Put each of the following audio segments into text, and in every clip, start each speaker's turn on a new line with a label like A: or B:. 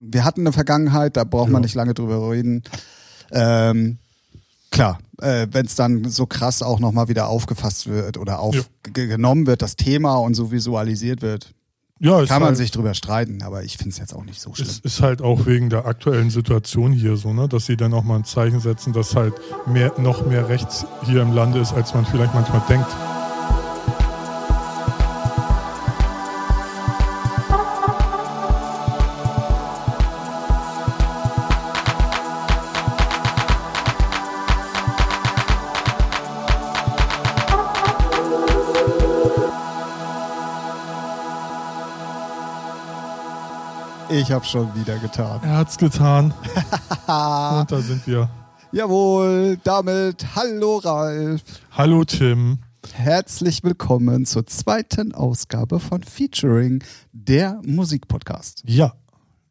A: wir hatten eine Vergangenheit, da braucht man
B: Ja.
A: nicht lange drüber reden. Ähm, klar, äh, wenn es dann so krass auch nochmal wieder aufgefasst wird oder aufgenommen wird, das Thema und so visualisiert wird,
B: Ja, ist
A: kann man
B: halt,
A: sich drüber streiten, aber ich finde es jetzt auch nicht so schlimm.
B: Es ist halt auch wegen der aktuellen Situation hier so, ne, dass sie dann auch mal ein Zeichen setzen, dass halt mehr, noch mehr rechts hier im Lande ist, als man vielleicht manchmal denkt.
A: Ich habe schon wieder getan.
B: Er hat's getan. Und da sind wir.
A: Jawohl, damit hallo Ralf.
B: Hallo Tim.
A: Herzlich willkommen zur zweiten Ausgabe von Featuring, der Musikpodcast.
B: Ja,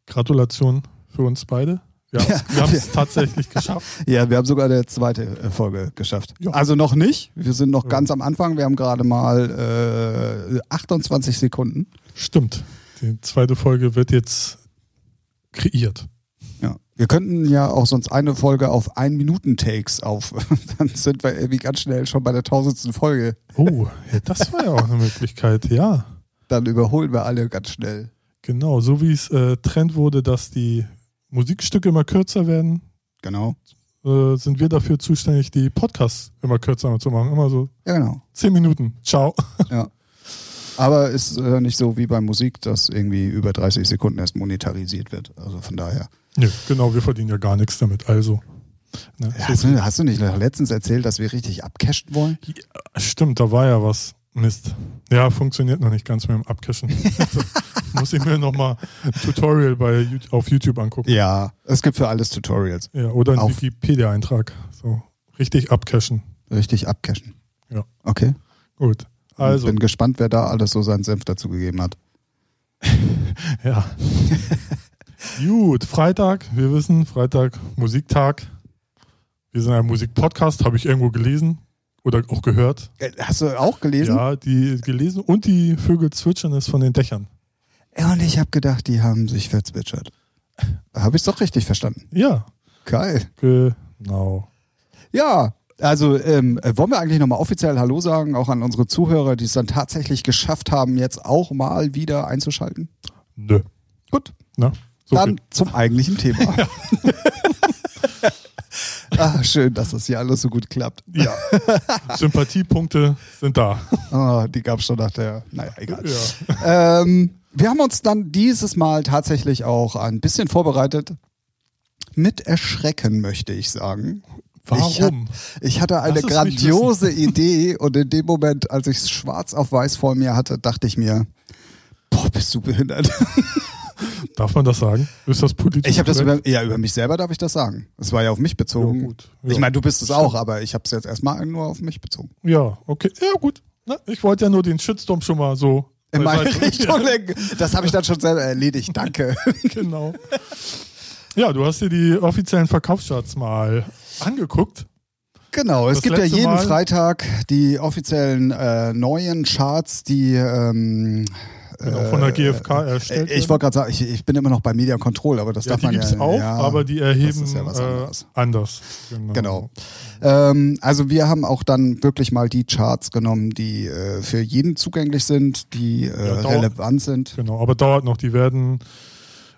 B: Gratulation für uns beide. Wir haben es tatsächlich geschafft.
A: Ja, wir haben sogar eine zweite äh, Folge geschafft.
B: Ja.
A: Also noch nicht. Wir sind noch ganz am Anfang. Wir haben gerade mal äh, 28 Sekunden.
B: Stimmt. Die zweite Folge wird jetzt kreiert.
A: Ja. Wir könnten ja auch sonst eine Folge auf ein Minuten Takes auf. Dann sind wir irgendwie ganz schnell schon bei der tausendsten Folge.
B: Oh, ja, das war ja auch eine Möglichkeit. Ja,
A: Dann überholen wir alle ganz schnell.
B: genau. So wie es äh, Trend wurde, dass die Musikstücke immer kürzer werden,
A: Genau.
B: äh, sind wir dafür zuständig, die Podcasts immer kürzer zu machen. Immer so
A: Ja, genau.
B: zehn Minuten. Ciao.
A: Ja. Aber ist äh, nicht so wie bei Musik, dass irgendwie über 30 Sekunden erst monetarisiert wird. Also von daher.
B: Nö, genau, wir verdienen ja gar nichts damit. Also. Ne, so
A: Hast du, hast du nicht letztens erzählt, dass wir richtig abcashen wollen?
B: Stimmt, da war ja was. Mist. Ja, funktioniert noch nicht ganz mit dem Abcashen. Muss ich mir nochmal ein Tutorial bei, Yout- auf YouTube angucken.
A: Ja, es gibt für alles Tutorials.
B: Ja, oder einen
A: Auf.
B: Wikipedia-Eintrag. So, richtig abcashen.
A: Richtig abcashen.
B: Ja.
A: Okay.
B: Gut. Also,
A: Bin gespannt, wer da alles so seinen Senf dazu gegeben hat.
B: ja. Gut, Freitag, wir wissen, Freitag Musiktag. Wir sind ein Musikpodcast, habe ich irgendwo gelesen oder auch gehört.
A: Äh, Hast du auch gelesen?
B: Ja, die gelesen und die Vögel zwitschern ist von den Dächern.
A: Ja. Und ich habe gedacht, die haben sich verzwitschert. Habe ich doch richtig verstanden.
B: Ja,
A: Geil.
B: genau.
A: Ja. Also ähm, äh, wollen wir eigentlich nochmal offiziell Hallo sagen, auch an unsere Zuhörer, die es dann tatsächlich geschafft haben, jetzt auch mal wieder einzuschalten?
B: Nö.
A: Gut,
B: Na, so
A: dann
B: viel.
A: zum eigentlichen Thema. ah, schön, dass das hier alles so gut klappt.
B: Ja. Sympathiepunkte sind da.
A: Ah, die gab es schon nach der, naja, egal.
B: Ja.
A: ähm, wir haben uns dann dieses Mal tatsächlich auch ein bisschen vorbereitet. Mit Erschrecken möchte ich sagen. Ich, hat,
B: Warum?
A: ich hatte eine
B: es mich
A: grandiose Idee und in dem Moment, als ich es schwarz auf weiß vor mir hatte, dachte ich mir, boah, bist du behindert.
B: Darf man das sagen? Ist das politisch?
A: Ich habe das
B: korrekt?
A: über, ja, über mich selber darf ich das sagen. Es war ja auf mich bezogen.
B: Ja, gut. Ja.
A: Ich meine, du bist es auch, aber ich habe es jetzt erstmal nur auf mich bezogen.
B: Ja, okay. Ja, gut. Na, ich wollte ja nur den Shitstorm schon mal so.
A: In meine
B: beiseite-
A: Richtung lenken. Das habe ich dann schon selber erledigt. Danke.
B: Ja, genau. Ja, du hast dir die offiziellen Verkaufscharts mal angeguckt.
A: Genau, es
B: Das
A: gibt ja
B: letzte
A: jeden
B: Mal-
A: Freitag die offiziellen äh, neuen Charts, die ähm,
B: Genau, von der GfK
A: äh,
B: erstellt.
A: ich
B: werden.
A: wollte gerade sagen, ich, ich bin immer noch bei Media Control, aber das
B: ja,
A: darf
B: die
A: man
B: gibt es
A: ja
B: auch,
A: ja,
B: aber die erheben
A: das ist ja was anderes.
B: äh, anders. Genau.
A: Genau. Ähm, also wir haben auch dann wirklich mal die Charts genommen, die äh, für jeden zugänglich sind, die äh,
B: Ja, Dauer-
A: relevant sind.
B: Genau, aber dauert noch. Die werden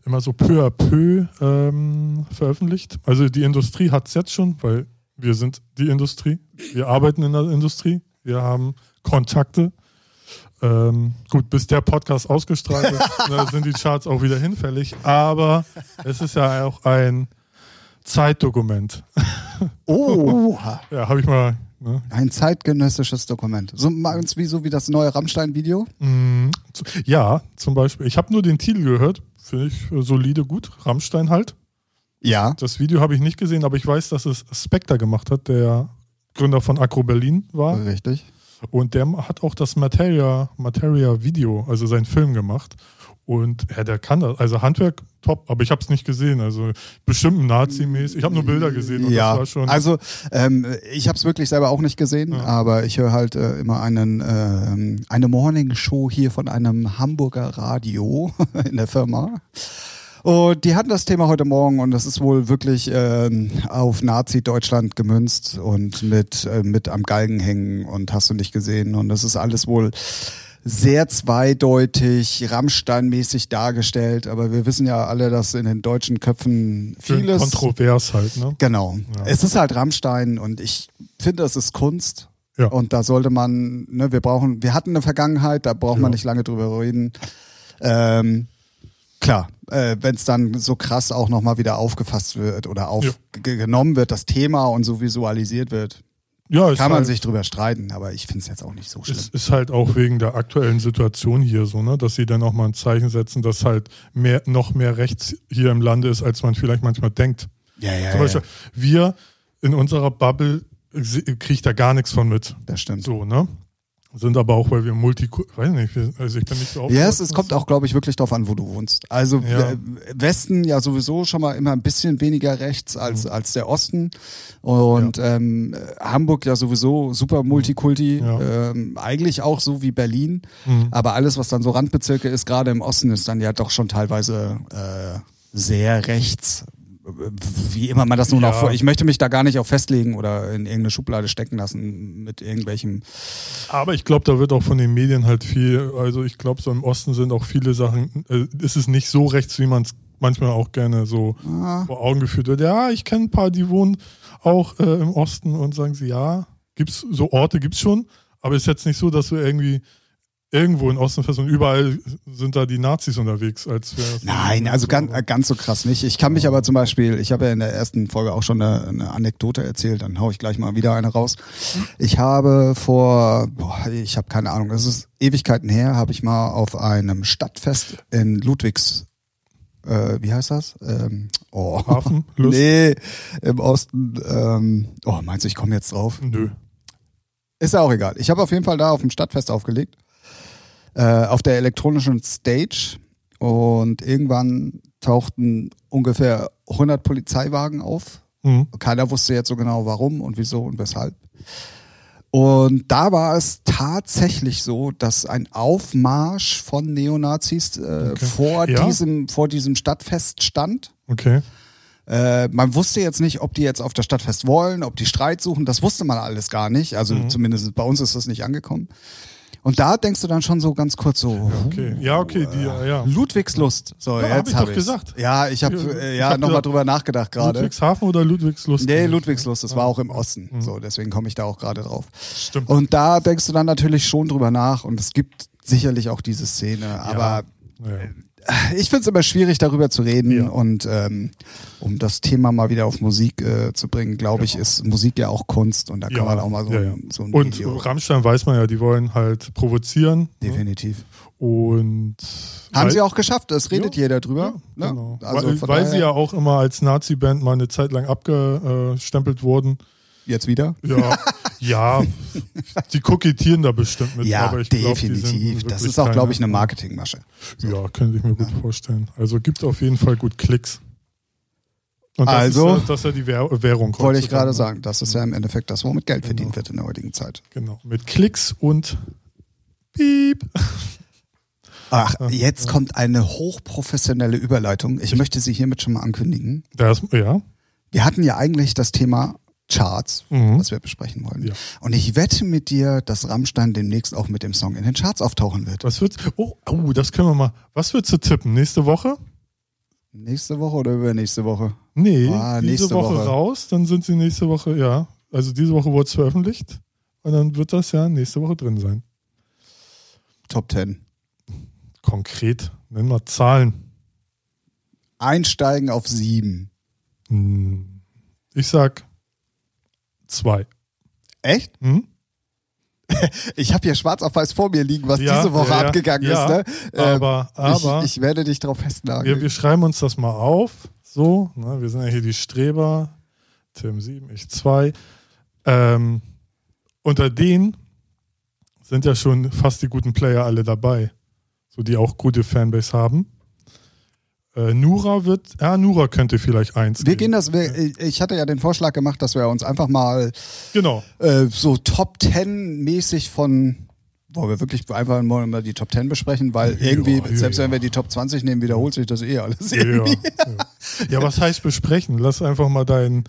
B: immer so peu à peu ähm, veröffentlicht. Also die Industrie hat es jetzt schon, weil wir sind die Industrie. Wir arbeiten in der Industrie. Wir haben Kontakte. Ähm, gut, bis der Podcast ausgestrahlt ist, ne, sind die Charts auch wieder hinfällig. Aber es ist ja auch ein Zeitdokument.
A: Oh,
B: Ja, habe ich mal. Ne?
A: ein zeitgenössisches Dokument. So mal uns wie so wie das neue Rammstein-Video.
B: Mm, zu- Ja, zum Beispiel. Ich habe nur den Titel gehört. Finde ich äh, solide, gut. Rammstein halt.
A: Ja.
B: Das Video habe ich nicht gesehen, aber ich weiß, dass es Spectre gemacht hat, der Gründer von Acro Berlin war.
A: Richtig.
B: Und der hat auch das Materia, Materia Video, also seinen Film gemacht. Und ja, der kann das. Also Handwerk top, aber ich habe es nicht gesehen. Also bestimmt Nazi-mäßig. Ich habe nur Bilder gesehen und
A: ja,
B: das war schon.
A: also ähm, ich habe es wirklich selber auch nicht gesehen,
B: Ja.
A: aber ich höre halt äh, immer einen, ähm, eine Morning Show hier von einem Hamburger Radio in der Firma. Und die hatten das Thema heute Morgen und das ist wohl wirklich ähm, auf Nazi-Deutschland gemünzt und mit, äh, mit am Galgen hängen und hast du nicht gesehen. Und das ist alles wohl sehr zweideutig, Rammstein-mäßig dargestellt. Aber wir wissen ja alle, dass in den deutschen Köpfen
B: Schön
A: vieles.
B: kontrovers halt, ne?
A: Genau.
B: Ja.
A: Es ist halt Rammstein und ich finde, es ist Kunst.
B: Ja.
A: Und da sollte man, ne, wir brauchen, wir hatten eine Vergangenheit, da braucht
B: Ja.
A: man nicht lange drüber reden. Ähm, klar, äh, wenn es dann so krass auch nochmal wieder aufgefasst wird oder
B: Ja.
A: aufgenommen wird, das Thema und so visualisiert wird,
B: Ja, ist
A: kann man
B: halt,
A: sich drüber streiten, aber ich finde es jetzt auch nicht so schlimm.
B: ist, ist halt auch wegen der aktuellen Situation hier so, ne? Dass sie dann auch mal ein Zeichen setzen, dass halt mehr, noch mehr rechts hier im Lande ist, als man vielleicht manchmal denkt.
A: Ja, ja,
B: Zum Beispiel, wir in unserer Bubble äh, se- kriegt da gar nichts von mit.
A: das stimmt.
B: So, ne? Sind aber auch, weil wir Multikultur, weiß nicht, wir- also ich bin nicht so
A: Ja,
B: aufgewachsen.
A: yes, es kommt auch, glaube ich, wirklich drauf an, wo du wohnst. Also
B: Ja.
A: äh, Westen ja sowieso schon mal immer ein bisschen weniger rechts als,
B: Mhm.
A: als der Osten. Und ähm, äh, Hamburg ja sowieso super Multikulti.
B: Mhm. Ja.
A: Ähm, eigentlich auch so wie Berlin.
B: Mhm.
A: Aber alles, was dann so Randbezirke ist, gerade im Osten, ist dann ja doch schon teilweise äh, sehr rechts. Wie immer man das nun
B: Ja.
A: auch vor. Ich möchte mich da gar nicht auf festlegen oder in irgendeine Schublade stecken lassen mit irgendwelchem.
B: Aber ich glaube, da wird auch von den Medien halt viel, also ich glaube, so im Osten sind auch viele Sachen, äh, ist es nicht so rechts, wie man es manchmal auch gerne so
A: Ah.
B: vor Augen geführt wird. Ja, ich kenne ein paar, die wohnen auch äh, im Osten und sagen sie, ja, gibt's so Orte gibt's schon, aber ist jetzt nicht so, dass du irgendwie irgendwo im Osten fährst und überall sind da die Nazis unterwegs, als wär's-
A: Nein, also ganz, äh, ganz so krass nicht. Ich kann mich aber zum Beispiel, ich habe ja in der ersten Folge auch schon eine, eine Anekdote erzählt, dann hau ich gleich mal wieder eine raus. Ich habe vor, boah, ich habe keine Ahnung, das ist Ewigkeiten her, habe ich mal auf einem Stadtfest in Ludwigs, äh, wie heißt das? Ähm, oh,
B: Hafen, Lust?
A: nee, im Osten, ähm, oh, meinst du, ich komme jetzt drauf?
B: Nö.
A: Ist ja auch egal. Ich habe auf jeden Fall da auf dem Stadtfest aufgelegt. Äh, auf der elektronischen Stage. Und irgendwann tauchten ungefähr 100 Polizeiwagen auf.
B: Mhm.
A: Keiner wusste jetzt so genau warum und wieso und weshalb. Und da war es tatsächlich so, dass ein Aufmarsch von Neonazis äh,
B: Okay.
A: vor,
B: Ja.
A: diesem, vor diesem Stadtfest stand.
B: Okay.
A: Äh, man wusste jetzt nicht, ob die jetzt auf das Stadtfest wollen, ob die Streit suchen, das wusste man alles gar nicht. Also
B: Mhm.
A: zumindest bei uns ist das nicht angekommen. Und da denkst du dann schon so ganz kurz so,
B: Okay. Ja, okay, die, ja, ja.
A: Ludwigslust. So,
B: Ja, hab
A: jetzt
B: ich
A: hab
B: doch
A: ich's.
B: gesagt.
A: Ja, ich habe
B: Ich
A: äh,
B: hab
A: ja,
B: gesagt-
A: nochmal drüber nachgedacht gerade.
B: Ludwigshafen oder Ludwigslust?
A: Nee, Ludwigslust, das war auch im Osten. So, deswegen komme ich da auch gerade drauf.
B: Mhm. Stimmt.
A: Und da denkst du dann natürlich schon drüber nach und es gibt sicherlich auch diese Szene, aber
B: Naja.
A: ich finde es immer schwierig, darüber zu reden.
B: Ja.
A: Und ähm, um das Thema mal wieder auf Musik äh, zu bringen, glaube ich, ist Musik ja auch Kunst und da kann man auch mal so,
B: Genau. ja,
A: ein-
B: ja.
A: so ein
B: Und
A: Video.
B: Rammstein weiß man ja, die wollen halt provozieren. Ne?
A: Definitiv.
B: Und
A: Haben
B: weil,
A: sie auch geschafft, es redet
B: Ja.
A: jeder drüber.
B: Ja,
A: ne?
B: genau.
A: also
B: weil
A: von
B: weil
A: daher,
B: sie ja auch immer als Nazi-Band mal eine Zeit lang abgestempelt wurden.
A: Jetzt wieder?
B: Ja, ja, die kokettieren da bestimmt mit.
A: Ja,
B: aber ich glaub, die sind
A: definitiv. das
B: wirklich
A: ist auch, glaube ich, eine
B: keine-
A: Marketingmasche.
B: Ja, könnte ich mir gut vorstellen. Also gibt auf jeden Fall gut Klicks. Und das
A: Also-
B: ist, ja- das ist ja die Währ- Währung.
A: Wollte ich gerade
B: heutzutage.
A: sagen. Das ist ja
B: Hm.
A: im Endeffekt das, womit Geld verdient wird in der heutigen Zeit.
B: Genau. Mit Klicks und Piep.
A: Ach, jetzt kommt eine hochprofessionelle Überleitung. Ich möchte sie hiermit schon mal ankündigen.
B: Das, ja.
A: Wir hatten ja eigentlich das Thema Charts,
B: Mhm.
A: was wir besprechen wollen.
B: Ja.
A: Und ich wette mit dir, dass Rammstein demnächst auch mit dem Song in den Charts auftauchen wird.
B: Was wird's? Oh, oh, das können wir mal. Was würdest du tippen? Nächste Woche?
A: Nächste Woche oder übernächste Woche?
B: Nee,
A: Ah,
B: diese
A: nächste
B: Woche,
A: Woche.
B: raus, dann sind sie nächste Woche, ja. Also diese Woche wurde es veröffentlicht und dann wird das ja nächste Woche drin sein.
A: Top 10.
B: Konkret, nennen wir Zahlen.
A: Einsteigen auf sieben.
B: Hm. Ich sag zwei.
A: Echt?
B: Hm?
A: Ich habe hier schwarz auf weiß vor mir liegen, was
B: Ja,
A: diese Woche
B: ja, ja,
A: abgegangen
B: ja,
A: ist. Ne? Ähm,
B: aber aber
A: ich, ich werde dich drauf festnageln.
B: wir, wir schreiben uns das mal auf. So, ne? wir sind ja hier die Streber. Tim 7, ich 2. Ähm, unter denen sind ja schon fast die guten Player alle dabei. So, die auch gute Fanbase haben. Äh, Nura wird, ja, Nura könnte vielleicht eins.
A: Wir gehen das, wir, ich hatte ja den Vorschlag gemacht, dass wir uns einfach mal
B: Genau.
A: äh, so Top Ten mäßig von Wollen wir wirklich einfach morgen mal die Top 10 besprechen? Weil irgendwie,
B: ja,
A: selbst
B: ja.
A: wenn wir die Top 20 nehmen, wiederholt sich das eh alles.
B: Ja, ja. ja, was heißt besprechen? Lass einfach mal deinen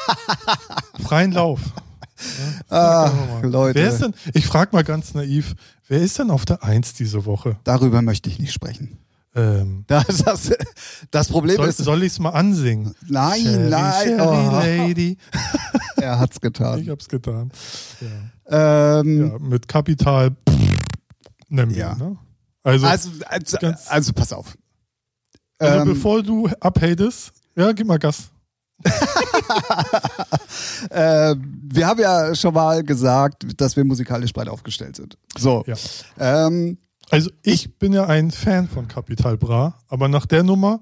B: freien Lauf.
A: Ah,
B: Sag mal.
A: Leute.
B: Wer ist denn, ich frage mal ganz naiv, wer ist denn auf der Eins diese Woche?
A: Darüber möchte ich nicht sprechen.
B: Ähm,
A: Das, das, das Problem
B: soll
A: ist,
B: soll ich es mal ansingen?
A: nein,
B: Sherry,
A: nein,
B: Sherry
A: oh,
B: Lady.
A: er hat's
B: Ich
A: getan.
B: hab's getan. Ja,
A: Ähm,
B: ja mit Kapital nennen wir
A: Ja.
B: ihn, ne? Also, also,
A: also, also,
B: Ganz- Also
A: also, pass auf. Ähm,
B: bevor du abhatest, ja, gib mal Gas.
A: äh, wir haben ja schon mal gesagt, dass wir musikalisch breit aufgestellt sind. So.
B: Ja.
A: Ähm,
B: Also ich bin ja ein Fan von Capital Bra, aber nach der Nummer,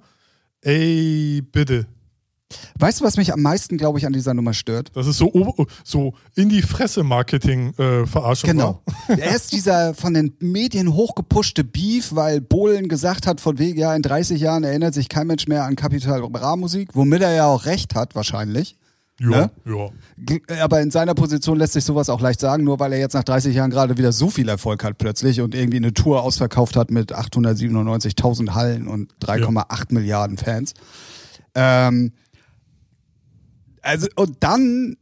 B: ey, bitte.
A: weißt du, was mich am meisten, glaube ich, an dieser Nummer stört?
B: Das ist so, ober- so in die Fresse Marketing äh, verarschen.
A: Genau. Erst dieser von den Medien hochgepuschte Beef, weil Bohlen gesagt hat, von wegen, ja, in 30 Jahren erinnert sich kein Mensch mehr an Capital Bra Musik, womit er ja auch recht hat, wahrscheinlich. Ne?
B: Ja, ja.
A: G- Aber in seiner Position lässt sich sowas auch leicht sagen, nur weil er jetzt nach 30 Jahren gerade wieder so viel Erfolg hat plötzlich und irgendwie eine Tour ausverkauft hat mit 897.000 Hallen und 3,8 Milliarden Fans. Ähm, also, und dann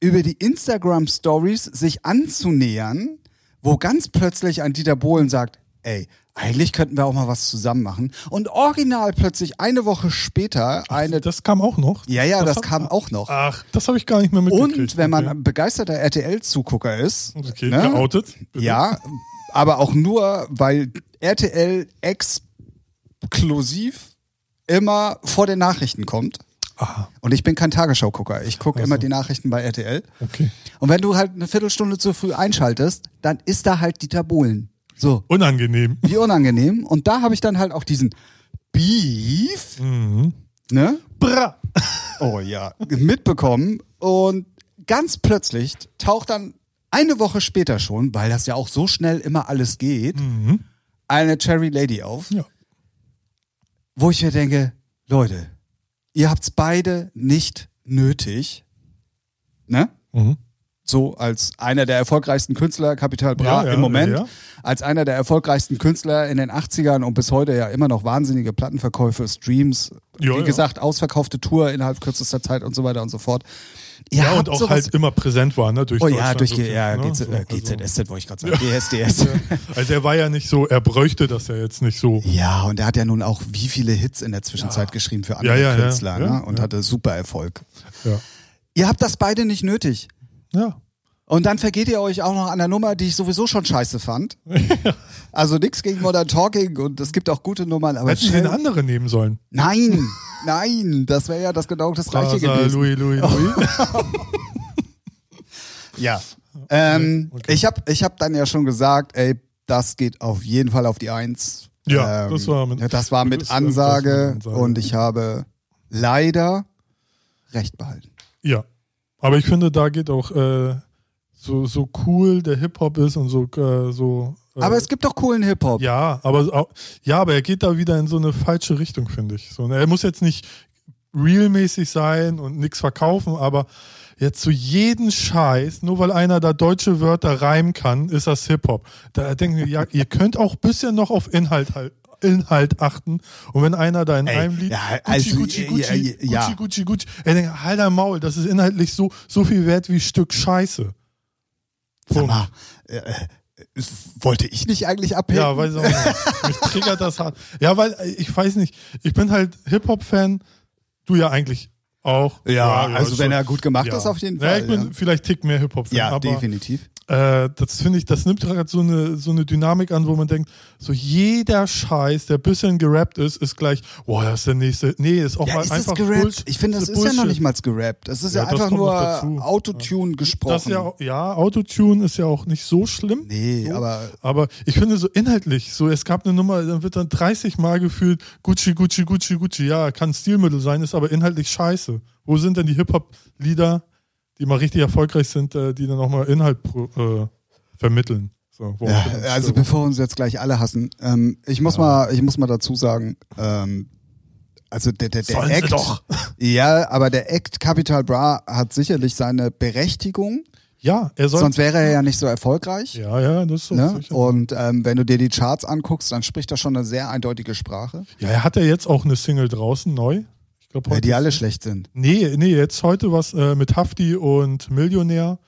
A: über die Instagram Stories sich anzunähern, wo ganz plötzlich ein Dieter Bohlen sagt, ey, eigentlich könnten wir auch mal was zusammen machen. Und original plötzlich eine Woche später eine,
B: Das kam auch noch.
A: ja, ja, das
B: hab-
A: kam auch noch.
B: Ach, das habe ich gar nicht mehr mitgekriegt.
A: Und wenn man
B: Okay,
A: begeisterter RTL-Zugucker ist,
B: okay
A: ne?
B: geoutet. Bitte.
A: ja, aber auch nur, weil RTL exklusiv immer vor den Nachrichten kommt.
B: Ah,
A: Und ich bin kein Tagesschau-Gucker. Ich gucke
B: Ach so.
A: immer die Nachrichten bei RTL.
B: okay.
A: Und wenn du halt eine Viertelstunde zu früh einschaltest, dann ist da halt Dieter Bohlen. So,
B: Unangenehm.
A: wie unangenehm. Und da habe ich dann halt auch diesen Beef,
B: Mhm.
A: ne?
B: Bra.
A: Oh ja. Mitbekommen und ganz plötzlich taucht dann eine Woche später schon, weil das ja auch so schnell immer alles geht,
B: Mhm.
A: eine Cherry Lady auf,
B: Ja.
A: wo ich mir denke, Leute, ihr habt's beide nicht nötig, ne?
B: Mhm.
A: So als einer der erfolgreichsten Künstler, Capital Bra
B: Ja, ja,
A: im Moment,
B: ja, ja.
A: als einer der erfolgreichsten Künstler in den 80ern und bis heute ja immer noch wahnsinnige Plattenverkäufe, Streams,
B: Ja,
A: wie
B: ja.
A: gesagt, ausverkaufte Tour innerhalb kürzester Zeit und so weiter und so fort. Ihr
B: Ja,
A: habt
B: und auch
A: sowas-
B: halt immer präsent war, ne? Durch
A: Oh ja,
B: Deutschland
A: durch
B: so
A: G
B: viel,
A: ja,
B: ne?
A: GZ,
B: So,
A: äh,
B: also-
A: GZSZ wollte ich gerade sagen, GSDS.
B: Also er war ja nicht so, er bräuchte das ja jetzt nicht so.
A: Ja, und er hat ja nun auch wie viele Hits in der Zwischenzeit geschrieben für andere
B: Ja, ja, ja.
A: Künstler
B: Ja,
A: ne? und
B: ja.
A: hatte super Erfolg.
B: Ja.
A: Ihr habt das beide nicht nötig.
B: ja.
A: Und dann vergeht ihr euch auch noch an der Nummer, die ich sowieso schon scheiße fand. Also nichts gegen Modern Talking und es gibt auch gute Nummern, aber
B: Hätten sie
A: Shell-
B: eine andere nehmen sollen.
A: Nein, nein, das wäre ja das genau das gleiche
B: Rasa,
A: gewesen. Oh.
B: Louis, Louis, Louis.
A: Ja. Ähm,
B: Okay.
A: Ich habe ich hab dann ja schon gesagt, ey, das geht auf jeden Fall auf die Eins.
B: Ja,
A: ähm,
B: das war mit-
A: ja, das war mit
B: das war- das war mit
A: Ansage
B: Ansage.
A: und ich habe leider recht behalten.
B: ja. Aber ich finde, da geht auch äh, so, so cool der Hip-Hop ist und so. Äh, so äh,
A: Aber es gibt doch coolen Hip-Hop.
B: ja, aber au- ja, aber er geht da wieder in so eine falsche Richtung, finde ich. So, ne, er muss jetzt nicht realmäßig sein und nichts verkaufen, aber jetzt zu so jeden Scheiß, nur weil einer da deutsche Wörter reimen kann, ist das Hip-Hop. Da denken wir, ja, ihr könnt auch bisschen noch auf Inhalt halt. Inhalt achten und wenn einer da in
A: Ey,
B: einem Lied
A: ja,
B: Gucci,
A: also,
B: Gucci,
A: ja,
B: Gucci,
A: ja, ja.
B: Gucci, Gucci, Gucci, er denkt, halt dein Maul, das ist inhaltlich so, so viel wert wie Stück Scheiße.
A: Sag mal, äh, äh, wollte ich nicht eigentlich abhängen?
B: Ja, weiß ich auch nicht. Mich triggert das hart. Ja, weil äh, ich weiß nicht, ich bin halt Hip-Hop-Fan, du ja eigentlich auch.
A: Ja, also wenn
B: schon.
A: er gut gemacht
B: Ja.
A: ist, auf jeden
B: Ja,
A: Fall.
B: ich bin vielleicht Tick mehr Hip-Hop-Fan,
A: ja,
B: aber
A: definitiv.
B: äh, das finde ich, das nimmt gerade so eine, so eine Dynamik an, wo man denkt, so jeder Scheiß, der ein bisschen gerappt ist, ist gleich, boah, das ist der nächste. Nee, ist auch
A: Ja,
B: mal
A: ist
B: einfach
A: es gerappt?
B: Bullshit.
A: ich finde, das ist ja noch nicht mal gerappt. Das ist ja,
B: Ja, das
A: einfach
B: kommt
A: nur
B: noch dazu.
A: Autotune gesprochen.
B: Das ist ja, auch- ja, Autotune ist ja auch nicht so schlimm.
A: nee,
B: so.
A: aber
B: Aber ich finde so inhaltlich, so es gab eine Nummer, dann wird dann 30 Mal gefühlt Gucci, Gucci, Gucci, Gucci. Ja, kann Stilmittel sein, ist aber inhaltlich scheiße. Wo sind denn die Hip-Hop-Lieder, die mal richtig erfolgreich sind, äh, die dann auch mal Inhalt pro- äh, vermitteln? So, wo
A: Ja,
B: findet das
A: also
B: statt?
A: bevor uns jetzt gleich alle hassen, ähm, ich muss mal, ich muss mal dazu sagen, ähm, also der, der, der
B: Sollen sie
A: Act,
B: doch.
A: ja, aber der Act Capital Bra hat sicherlich seine Berechtigung.
B: Ja, er soll.
A: Sonst wäre er ja nicht so erfolgreich.
B: ja, ja, das ist so.
A: Ne?
B: sicher.
A: Und ähm, wenn du dir die Charts anguckst, dann spricht er schon eine sehr eindeutige Sprache,
B: Ja, er hat ja jetzt auch eine Single draußen, neu. Ich glaube
A: weil
B: heute.
A: die alle schlecht sind.
B: Nee, nee, jetzt heute was äh, mit Hafti und Millionär.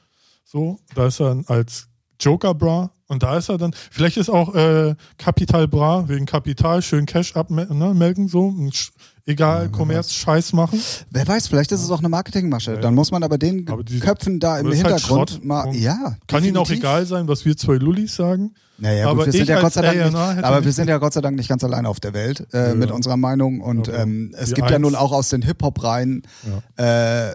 B: So, da ist er als Joker Bra und da ist er dann. Vielleicht ist auch äh, Kapital Bra wegen Kapital schön Cash abmelken, ne, melken, so. Und sch- Egal, Kommerz, Scheiß machen.
A: Wer weiß, vielleicht ist es auch eine Marketingmasche. Dann muss man aber den
B: Aber die-
A: Köpfen da im
B: das ist halt
A: Hintergrund
B: Schrott.
A: mal. Ja,
B: Kann ihnen auch
A: definitiv.
B: egal sein, was wir zwei Lullis sagen.
A: Naja,
B: Aber
A: gut, wir
B: ich
A: sind ja Gott
B: als
A: sei Dank nicht,
B: A&R hätte
A: aber
B: nicht-
A: wir sind ja Gott sei Dank nicht ganz allein auf der Welt äh, mit unserer Meinung und
B: Aber
A: ähm, es
B: die
A: gibt ja
B: Eins-
A: nun auch aus den Hip Hop Reihen äh,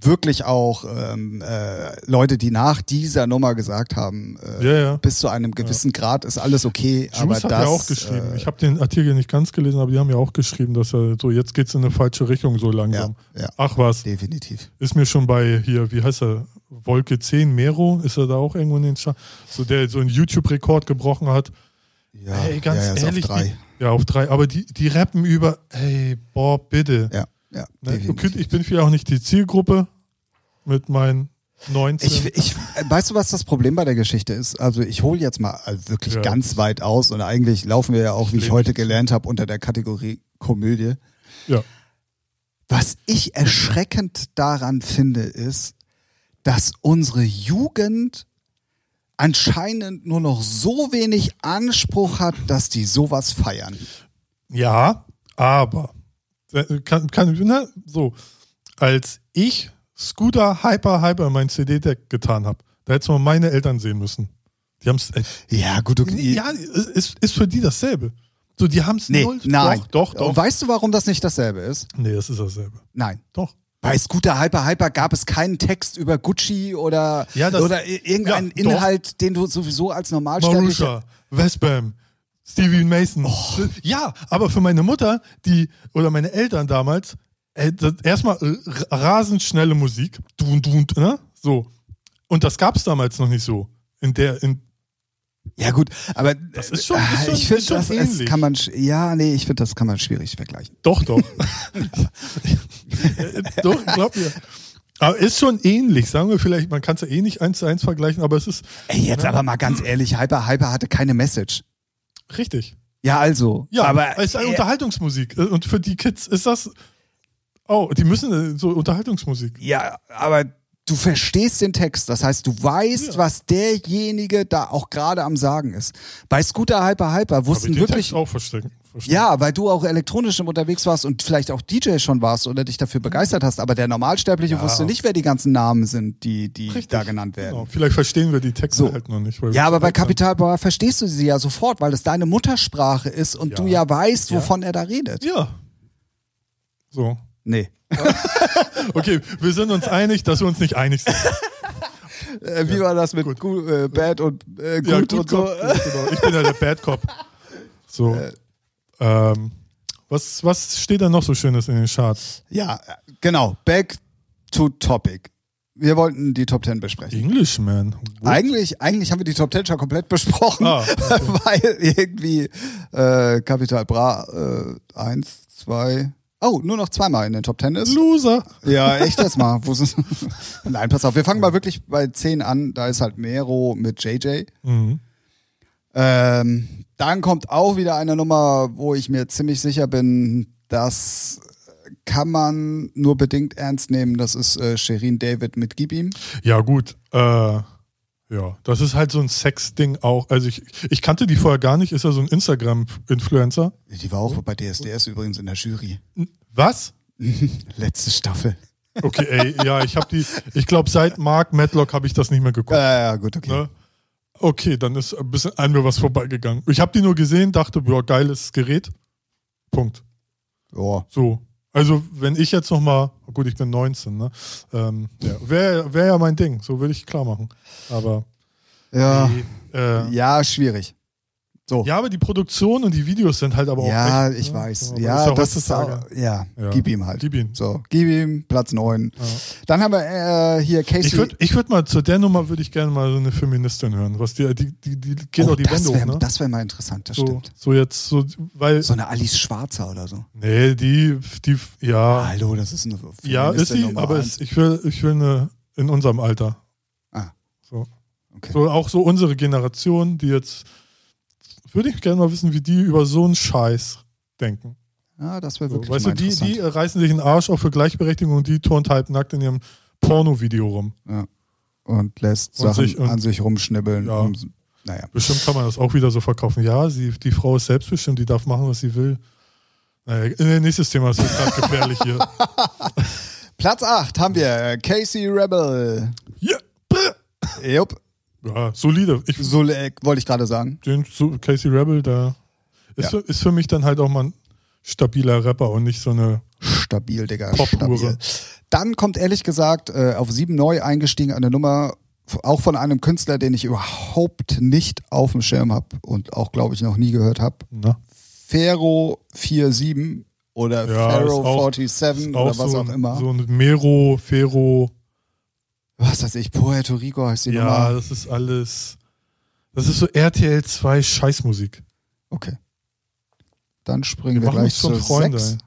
A: wirklich auch ähm, äh, Leute, die nach dieser Nummer gesagt haben, äh,
B: Ja, ja.
A: bis zu einem gewissen Grad ist alles okay, aber
B: Juice
A: das
B: hat ja auch geschrieben.
A: äh,
B: ich habe den Artikel nicht ganz gelesen, aber die haben ja auch geschrieben, dass er so, jetzt geht's in eine falsche Richtung so langsam.
A: Ja, ja.
B: Ach was,
A: definitiv.
B: ist mir schon bei hier, wie heißt er? Wolke 10, Mero, ist er da auch irgendwo in den Scha so der so einen YouTube-Rekord gebrochen hat.
A: Ja,
B: ey, ganz
A: ja, ja, ist
B: ehrlich.
A: auf drei.
B: Die, ja, auf drei. Aber die, die rappen über, ey, boah, bitte.
A: Ja, ja,
B: ne?
A: definitiv.
B: okay, ich bin vielleicht auch nicht die Zielgruppe mit meinen 19.
A: Ich, ich, äh, weißt du, was das Problem bei der Geschichte ist? Also ich hole jetzt mal äh, wirklich
B: Ja.
A: ganz weit aus und eigentlich laufen wir ja auch, wie ich
B: Schlimm.
A: heute gelernt habe, unter der Kategorie Komödie.
B: ja.
A: Was ich erschreckend daran finde, ist, dass unsere Jugend anscheinend nur noch so wenig Anspruch hat, dass die sowas feiern.
B: Ja, aber äh, kann, kann ne, so als ich Scooter Hyper Hyper in mein CD-Deck getan habe, da hätte man meine Eltern sehen müssen. Die haben's äh,
A: Ja, gut, du,
B: ja ist, ist für die dasselbe. So die haben's
A: nee,
B: null.
A: nein.
B: Doch, doch,
A: Und
B: doch.
A: weißt du, warum das nicht dasselbe ist?
B: Nee, das ist dasselbe.
A: Nein.
B: Doch.
A: Bei Scooter Hyper Hyper gab es keinen Text über Gucci oder,
B: Ja, das-
A: oder i- irgendeinen
B: Ja, doch.
A: Inhalt, den du sowieso als normalsterblicher...
B: Marusha, Westbam, Stevie Mason.
A: Oh.
B: Ja, aber für meine Mutter, die oder meine Eltern damals, äh, das- erstmal äh, r- rasend schnelle Musik, dun, dun, ne? So. Und das gab es damals noch nicht so. In der, in,
A: Ja gut, aber das
B: ist schon- ist schon-
A: ich finde,
B: ist schon
A: das ist,
B: ähnlich.
A: kann man... sch- Ja, nee, ich finde, das kann man schwierig vergleichen.
B: doch, doch. Äh, doch, glaub mir. Aber ist schon ähnlich, sagen wir vielleicht, man kann es ja eh nicht eins zu eins vergleichen, aber es ist
A: Ey, jetzt aber mal ganz ehrlich, Hyper Hyper hatte keine Message.
B: richtig.
A: Ja, also.
B: Ja,
A: aber
B: es ist eine
A: äh,
B: Unterhaltungsmusik. Und für die Kids ist das. Oh, die müssen äh, so Unterhaltungsmusik.
A: ja, aber du verstehst den Text. Das heißt, du weißt,
B: Ja.
A: was derjenige da auch gerade am Sagen ist. Bei Scooter Hyper Hyper
B: Hab ich
A: wussten
B: den
A: wirklich.
B: Text auch verstecken. verstanden.
A: Ja, weil du auch elektronisch unterwegs warst und vielleicht auch DJ schon warst oder dich dafür begeistert hast, aber der Normalsterbliche wusste nicht, wer die ganzen Namen sind, die, die
B: Richtig.
A: da genannt werden.
B: Genau. Vielleicht verstehen wir die Texte
A: So.
B: halt noch nicht. weil wir
A: Ja, aber
B: zu
A: bei
B: alt sind.
A: Capital Bra verstehst du sie ja sofort, weil es deine Muttersprache ist und
B: Ja.
A: du ja weißt,
B: Ja.
A: wovon er da redet.
B: Ja. So.
A: Nee.
B: Okay, wir sind uns einig, dass wir uns nicht einig sind.
A: Äh, wie war das mit
B: gut.
A: Gu- äh, Bad und äh, gut, Äh.
B: Ja,
A: und so?
B: Cop, gut, genau. Ich bin ja der Bad Cop. So. Ähm, was, was steht da noch so Schönes in den Charts?
A: Ja, genau. Back to topic. Wir wollten die Top 10 besprechen.
B: Englishman.
A: Eigentlich, eigentlich haben wir die Top 10 schon komplett besprochen,
B: Ah,
A: weil irgendwie äh, Capital Bra äh, eins, zwei, oh, nur noch zweimal in den Top 10 ist.
B: Loser.
A: Ja, echt jetzt mal. Wo ist Nein, pass auf. Wir fangen mal wirklich bei 10 an. Da ist halt Mero mit JJ.
B: Mhm.
A: Ähm, dann kommt auch wieder eine Nummer, wo ich mir ziemlich sicher bin, das kann man nur bedingt ernst nehmen. Das ist äh, Sherin David mit Gib ihm.
B: Ja, gut. Äh, ja, das ist halt so ein Sex-Ding auch. Also ich, ich kannte die vorher gar nicht. Ist ja so ein Instagram-Influencer.
A: Die war auch bei DSDS übrigens in der Jury.
B: Was?
A: Letzte Staffel.
B: Okay, ey, ja, ich habe die, ich glaube, seit Mark Matlock habe ich das nicht mehr
A: Ja,
B: geguckt.
A: ja, ja, gut, okay.
B: Ne? Okay, dann ist ein bisschen an mir was vorbeigegangen. Ich habe die nur gesehen, dachte, boah, geiles Gerät. Punkt.
A: Ja.
B: So. Also, wenn ich jetzt nochmal, gut, ich bin 19, ne? Ähm, ja, Wäre wär ja mein Ding, so würde ich klar machen. Aber
A: Ja.
B: die, äh,
A: ja, schwierig. So.
B: ja, aber die Produktion und die Videos sind halt aber auch.
A: Ja,
B: echt,
A: ich
B: ne?
A: weiß.
B: Aber
A: Ja, das ist
B: heutzutage-
A: auch, ja,
B: Ja.
A: gib ihm halt.
B: Gib ihn.
A: So, gib ihm Platz 9.
B: Ja.
A: Dann haben wir äh, hier Casey.
B: Ich würde ich würd mal zu der Nummer würde ich gerne mal so eine Feministin hören. Was die, die, die, die geht
A: oh,
B: auch die
A: das
B: Wände hoch,
A: wäre
B: ne?
A: das wär mal interessant, das
B: so,
A: stimmt.
B: so jetzt, so, weil.
A: So eine Alice Schwarzer oder so.
B: Nee, die, die, ja.
A: Hallo, das ist eine
B: Ja, ist
A: Ah, Feministin
B: sie,
A: Nummer
B: aber
A: eins.
B: es, ich will, ich will eine in unserem Alter.
A: Ah.
B: So.
A: Okay.
B: so auch so unsere Generation, die jetzt, würde ich gerne mal wissen, wie die über so einen Scheiß denken.
A: Ja, das wäre
B: So,
A: wirklich
B: weißt
A: mal
B: du, die, die
A: interessant.
B: äh, reißen sich den Arsch auch für Gleichberechtigung und die turnt halbnackt in ihrem Porno-Video rum.
A: und lässt Sachen
B: sich- und-
A: an sich rumschnibbeln.
B: Ja.
A: Um, naja.
B: Bestimmt kann man das auch wieder so verkaufen. Ja, sie, die Frau ist selbstbestimmt, die darf machen, was sie will. Naja, äh, nächstes Thema ist gerade gefährlich hier.
A: Platz 8 haben wir äh, Casey Rebel.
B: Ja, brr.
A: Jupp,
B: ja solide. Ich,
A: so äh, wollte ich gerade sagen.
B: den so- Casey Rebel, da ist,
A: Ja.
B: für, ist für mich dann halt auch mal ein stabiler Rapper und nicht so eine.
A: Stabil, Digga.
B: Pophure.
A: Stabil. Dann kommt ehrlich gesagt äh, auf sieben neu eingestiegen eine Nummer, f- auch von einem Künstler, den ich überhaupt nicht auf dem Schirm habe und auch, glaube ich, noch nie gehört habe.
B: Na,
A: Pharaoh 47 oder
B: Ja, ist auch-
A: Pharaoh
B: ist
A: 47 oder was
B: so
A: auch
B: ein,
A: immer.
B: So ein Mero, Fero.
A: Was weiß ich, Puerto Rico heißt die
B: Ja,
A: Nummer.
B: das ist alles. Das ist so RTL 2 Scheißmusik.
A: Okay. Dann springen
B: Wir
A: wir,
B: machen
A: gleich
B: uns
A: zu
B: schon Freunde.
A: sechs.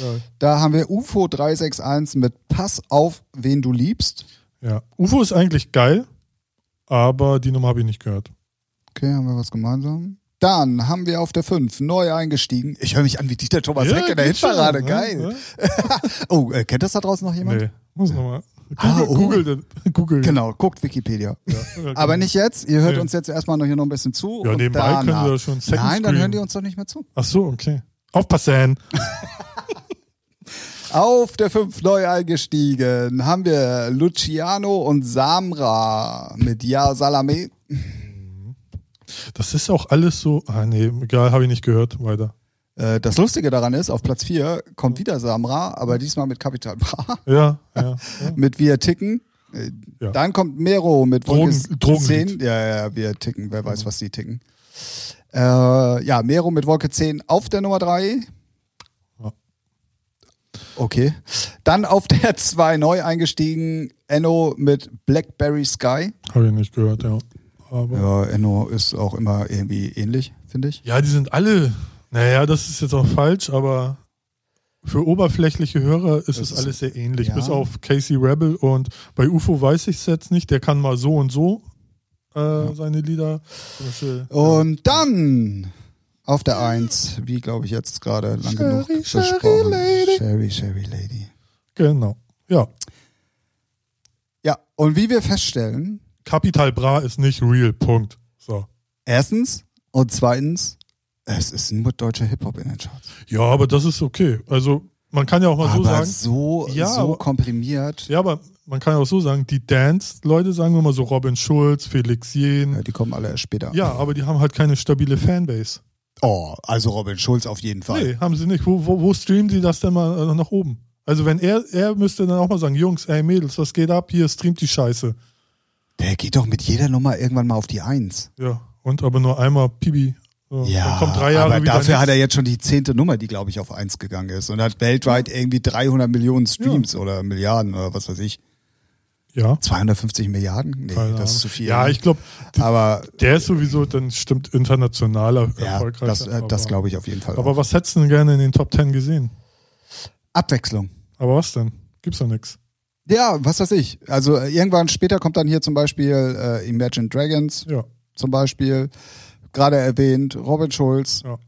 B: ey.
A: Da haben wir UFO 361 mit Pass auf, wen du liebst.
B: Ja. UFO ist eigentlich geil, aber die Nummer habe ich nicht gehört.
A: Okay, haben wir was gemeinsam? Dann haben wir auf der 5 neu eingestiegen. Ich höre mich an wie Dieter Thomas Heck in der
B: geht schon,
A: Hitparade.
B: ne?
A: Geil.
B: Ne?
A: Oh, äh, kennt das da draußen noch jemand?
B: Nee, muss nochmal. Google,
A: Ah, oh.
B: Google, den- Google.
A: Genau, guckt Wikipedia.
B: Ja, genau.
A: Aber nicht jetzt. Ihr hört
B: Nee.
A: uns jetzt erstmal noch hier noch ein bisschen zu.
B: Ja,
A: und
B: nebenbei können
A: danach-
B: wir schon Second
A: Nein, dann
B: Screen.
A: hören die uns doch nicht mehr zu.
B: Ach so, okay. Aufpassen.
A: Auf der 5 neu eingestiegen haben wir Luciano und Samra mit Ja Salame.
B: Das ist auch alles so. Ah, nee, egal, habe ich nicht gehört. Weiter.
A: Äh, Das Lustige daran ist, auf Platz 4 kommt wieder Samra, aber diesmal mit Capital Bra,
B: Ja, ja. ja.
A: mit Wir ticken. Äh,
B: Ja.
A: Dann kommt Mero mit
B: Drogen- Genau.
A: Wolke
B: Drogenlied.
A: 10. Ja, ja, ja, wir ticken, wer weiß, was die ticken. Äh, ja, Mero mit Wolke 10 auf der Nummer 3.
B: Ja.
A: Okay. Dann auf der 2 neu eingestiegen, Enno mit Blackberry Sky.
B: Habe ich nicht gehört, ja. Aber. Ja.
A: Ja, Enno ist auch immer irgendwie ähnlich, finde ich.
B: die sind alle. Naja, das ist jetzt auch falsch, aber für oberflächliche Hörer ist es
A: ist-
B: alles sehr ähnlich.
A: ja.
B: Bis auf Casey Rebel und bei UFO weiß ich es jetzt nicht. Der kann mal so und so äh, seine Lieder. Zum Beispiel,
A: Und dann auf der 1, wie glaube ich jetzt gerade lang genug
B: Sherry, Sherry
A: besprochen.
B: Lady.
A: Sherry, Sherry Lady.
B: Genau. Ja.
A: Ja, und wie wir feststellen,
B: Capital Bra ist nicht real. Punkt. So.
A: erstens und zweitens, es ist nur deutscher Hip-Hop in den Charts.
B: Ja, aber das ist okay. Also, man kann ja auch mal so
A: aber
B: sagen.
A: so,
B: Ja,
A: so
B: aber-
A: komprimiert,
B: Ja, aber man kann auch so sagen, die Dance-Leute, sagen wir mal so Robin Schulz, Felix Jähn.
A: ja, die kommen alle erst später.
B: Ja, aber die haben halt keine stabile Fanbase.
A: Oh, also Robin Schulz auf jeden Fall.
B: Nee, haben sie nicht. Wo, wo, wo streamen die das denn mal äh, nach oben? Also wenn er, er müsste dann auch mal sagen, Jungs, ey Mädels, was geht ab? Hier streamt die Scheiße.
A: Der geht doch mit jeder Nummer irgendwann mal auf die 1.
B: Ja, und aber nur einmal Pibi. So,
A: Ja,
B: dann kommt drei Jahre
A: aber
B: wieder
A: dafür hat er
B: nichts.
A: jetzt schon die zehnte Nummer, die glaube ich auf eins gegangen ist und hat weltweit irgendwie 300 Millionen Streams oder Milliarden oder was weiß ich.
B: Ja,
A: 250 Milliarden? Nee,
B: keine
A: das ist
B: Ahnung.
A: zu viel.
B: Ja, ich glaube,
A: aber
B: der ist sowieso dann stimmt internationaler
A: ja,
B: erfolgreicher.
A: das, äh, das glaube ich auf jeden Fall.
B: ich. Aber
A: auch.
B: was hättest du denn gerne in den Top Ten gesehen?
A: Abwechslung.
B: Aber was denn? Gibt's doch nix.
A: Ja, was weiß ich. Also äh, irgendwann später kommt dann hier zum Beispiel äh, Imagine Dragons
B: Ja,
A: zum Beispiel, gerade erwähnt, Robin Schulz,
B: ja.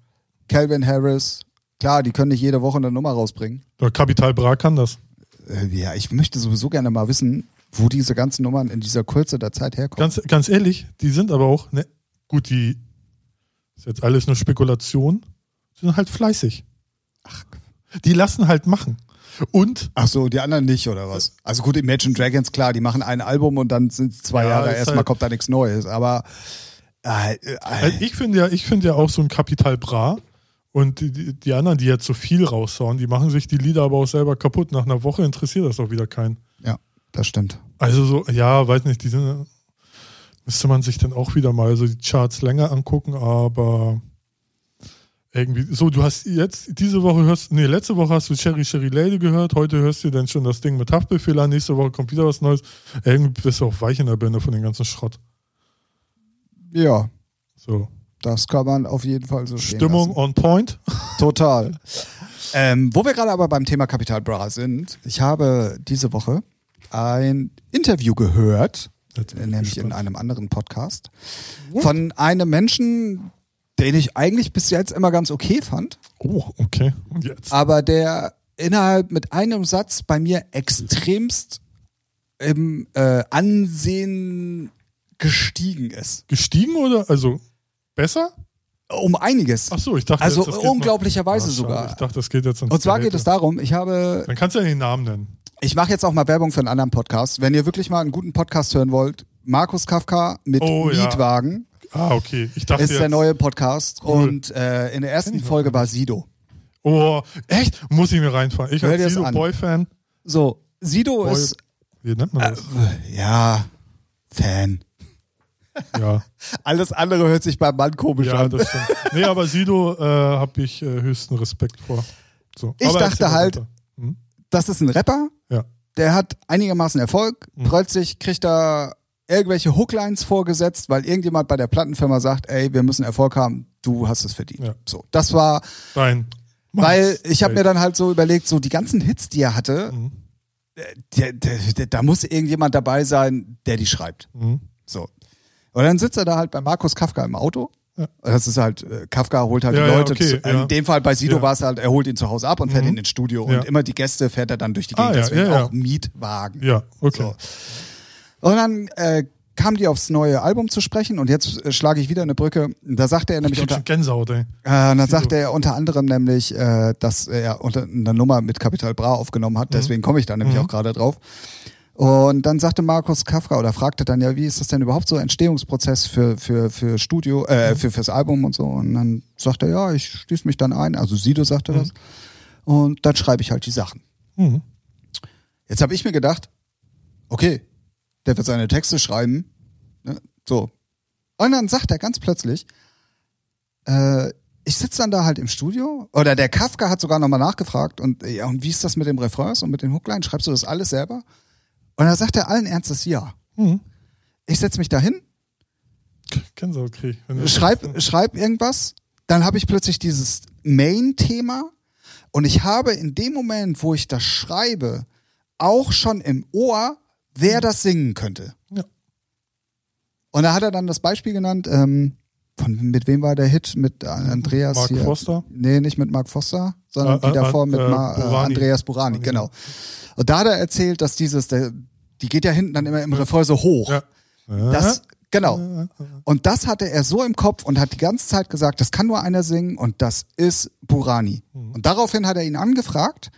A: Calvin Harris. Klar, die können nicht jede Woche eine Nummer rausbringen.
B: Der Kapital Bra kann das.
A: Äh, ja, ich möchte sowieso gerne mal wissen, wo diese ganzen Nummern in dieser Kürze der Zeit herkommen.
B: Ganz, ganz ehrlich, die sind aber auch, ne, gut, die ist jetzt alles nur Spekulation, die sind halt fleißig. Ach. Die lassen halt machen. Und
A: Ach so, die anderen nicht, oder
B: Äh,
A: was? Also gut, Imagine Dragons, klar, die machen ein Album und dann sind es zwei
B: Ja,
A: Jahre,
B: ist
A: erstmal
B: halt-
A: kommt da nichts Neues. Aber äh, äh,
B: also ich finde ja, ich finde ja auch so ein Kapital Bra und die- die, die anderen, die jetzt so viel raushauen, die machen sich die Lieder aber auch selber kaputt. Nach einer Woche interessiert das auch wieder keinen.
A: ja, das stimmt.
B: Also so, ja, weiß nicht, die sind, müsste man sich dann auch wieder mal so die Charts länger angucken, aber irgendwie, so, du hast jetzt, diese Woche hörst, nee, letzte Woche hast du Cherry Cherry Lady gehört, heute hörst du dann schon das Ding mit Haftbefehl an, nächste Woche kommt wieder was Neues. Irgendwie bist du auch weich in der Birne von dem ganzen Schrott.
A: Ja,
B: So.
A: das kann man auf jeden Fall so stehen
B: Stimmung
A: lassen.
B: on point.
A: Total. ähm, wo wir gerade aber beim Thema Kapital Bra sind, ich habe diese Woche ein Interview gehört
B: Jetzt bin ich
A: nämlich in
B: gespannt.
A: einem anderen Podcast, von einem Menschen, den ich eigentlich bis jetzt immer ganz okay fand,
B: Oh, okay. Und jetzt?
A: aber der innerhalb mit einem Satz bei mir extremst im äh, Ansehen gestiegen ist.
B: Gestiegen oder? Also besser?
A: Um einiges.
B: Ach so, ich dachte.
A: Also
B: jetzt, das geht mal-
A: unglaublicherweise
B: Ach, schade.
A: sogar.
B: Ich dachte, das geht jetzt ans
A: Und zwar
B: Gehälter.
A: geht es darum, ich habe
B: Dann kannst du ja den Namen nennen.
A: Ich mache jetzt auch mal Werbung für einen anderen Podcast. Wenn ihr wirklich mal einen guten Podcast hören wollt, Markus Kafka mit
B: Oh, ja.
A: Mietwagen
B: Ah, okay. Ich dachte
A: ist
B: jetzt,
A: der neue Podcast.
B: Cool.
A: Und äh, in der ersten
B: ich noch
A: Folge war Sido.
B: Oh, echt? Muss ich mir reinfahren. Ich
A: Hör
B: als
A: dir's
B: Sido
A: an.
B: Boy Fan.
A: So, Sido
B: Boy,
A: ist, äh,
B: wie nennt man das?
A: ja, Fan. Äh,
B: ja.
A: Alles andere hört sich beim Mann komisch
B: ja,
A: an.
B: das stimmt. Nee, aber Sido äh, habe ich äh, höchsten Respekt vor. So.
A: Ich
B: aber
A: dachte
B: erzähl mal
A: halt-
B: weiter. Hm?
A: Das ist ein Rapper,
B: Ja.
A: der hat einigermaßen Erfolg.
B: Mhm.
A: Plötzlich kriegt er irgendwelche Hooklines vorgesetzt, weil irgendjemand bei der Plattenfirma sagt, ey, wir müssen Erfolg haben, du hast es verdient.
B: Ja.
A: So, das war
B: Nein.
A: Weil ich habe mir dann halt so überlegt, so die ganzen Hits, die er hatte,
B: Mhm.
A: äh, der, der, der, da muss irgendjemand dabei sein, der die schreibt.
B: Mhm.
A: So. Und dann sitzt er da halt bei Markus Kafka im Auto.
B: Ja.
A: Das ist halt, äh, Kafka holt halt
B: Ja,
A: die
B: ja,
A: Leute.
B: okay,
A: zu,
B: ja.
A: In dem Fall bei Sido
B: Ja.
A: war es halt, er holt ihn zu Hause ab und fährt
B: Mhm.
A: ihn ins Studio.
B: Ja.
A: Und immer die Gäste fährt er dann durch die
B: Ah,
A: Gegend.
B: ja,
A: deswegen
B: ja, ja.
A: auch Mietwagen.
B: Ja, okay.
A: So. Und dann äh, kam die aufs neue Album zu sprechen. Und jetzt äh, schlage ich wieder eine Brücke. Da sagte er nämlich
B: Ich hab
A: unter
B: schon Gänsehaut, ey.
A: Äh, und dann
B: Sido.
A: sagte er unter anderem nämlich, äh, dass er unter eine Nummer mit Capital Bra aufgenommen hat, deswegen komme ich da nämlich auch gerade drauf. Und dann sagte Markus Kafka oder fragte dann ja, wie ist das denn überhaupt so Entstehungsprozess für für für Studio, äh, für fürs Album und so. Und dann sagte er, ja, ich schließe mich dann ein. Also Sido sagte das. Und dann schreibe ich halt die Sachen.
B: Mhm.
A: Jetzt habe ich mir gedacht, okay, der wird seine Texte schreiben. Ne? So. Und dann sagt er ganz plötzlich, äh, ich sitze dann da halt im Studio. Oder der Kafka hat sogar nochmal nachgefragt. Und, äh, ja, und wie ist das mit dem Refrains und mit den Hooklines? Schreibst du das alles selber? Und da sagt er allen Ernstes ja.
B: Mhm.
A: Ich setze mich dahin,
B: Gänsehaut krieg ich. wenn du-
A: schreib, schreib irgendwas, dann habe ich plötzlich dieses Main-Thema und ich habe in dem Moment, wo ich das schreibe, auch schon im Ohr, wer das singen könnte.
B: Ja.
A: Und da hat er dann das Beispiel genannt, ähm, von, mit wem war der Hit? Mit äh, Andreas
B: Mark
A: hier.
B: Foster?
A: Nee, nicht mit Mark Foster, sondern
B: Äh,
A: die
B: äh,
A: davor
B: äh,
A: mit
B: äh,
A: Ma, äh,
B: Burani.
A: Andreas Burani,
B: Burani,
A: genau. Und da hat er erzählt, dass dieses, der, die geht ja hinten dann immer im Refrain so hoch.
B: Ja.
A: Das, genau.
B: Äh, äh,
A: Und das hatte er so im Kopf und hat die ganze Zeit gesagt, das kann nur einer singen und das ist Burani. Und daraufhin hat er ihn angefragt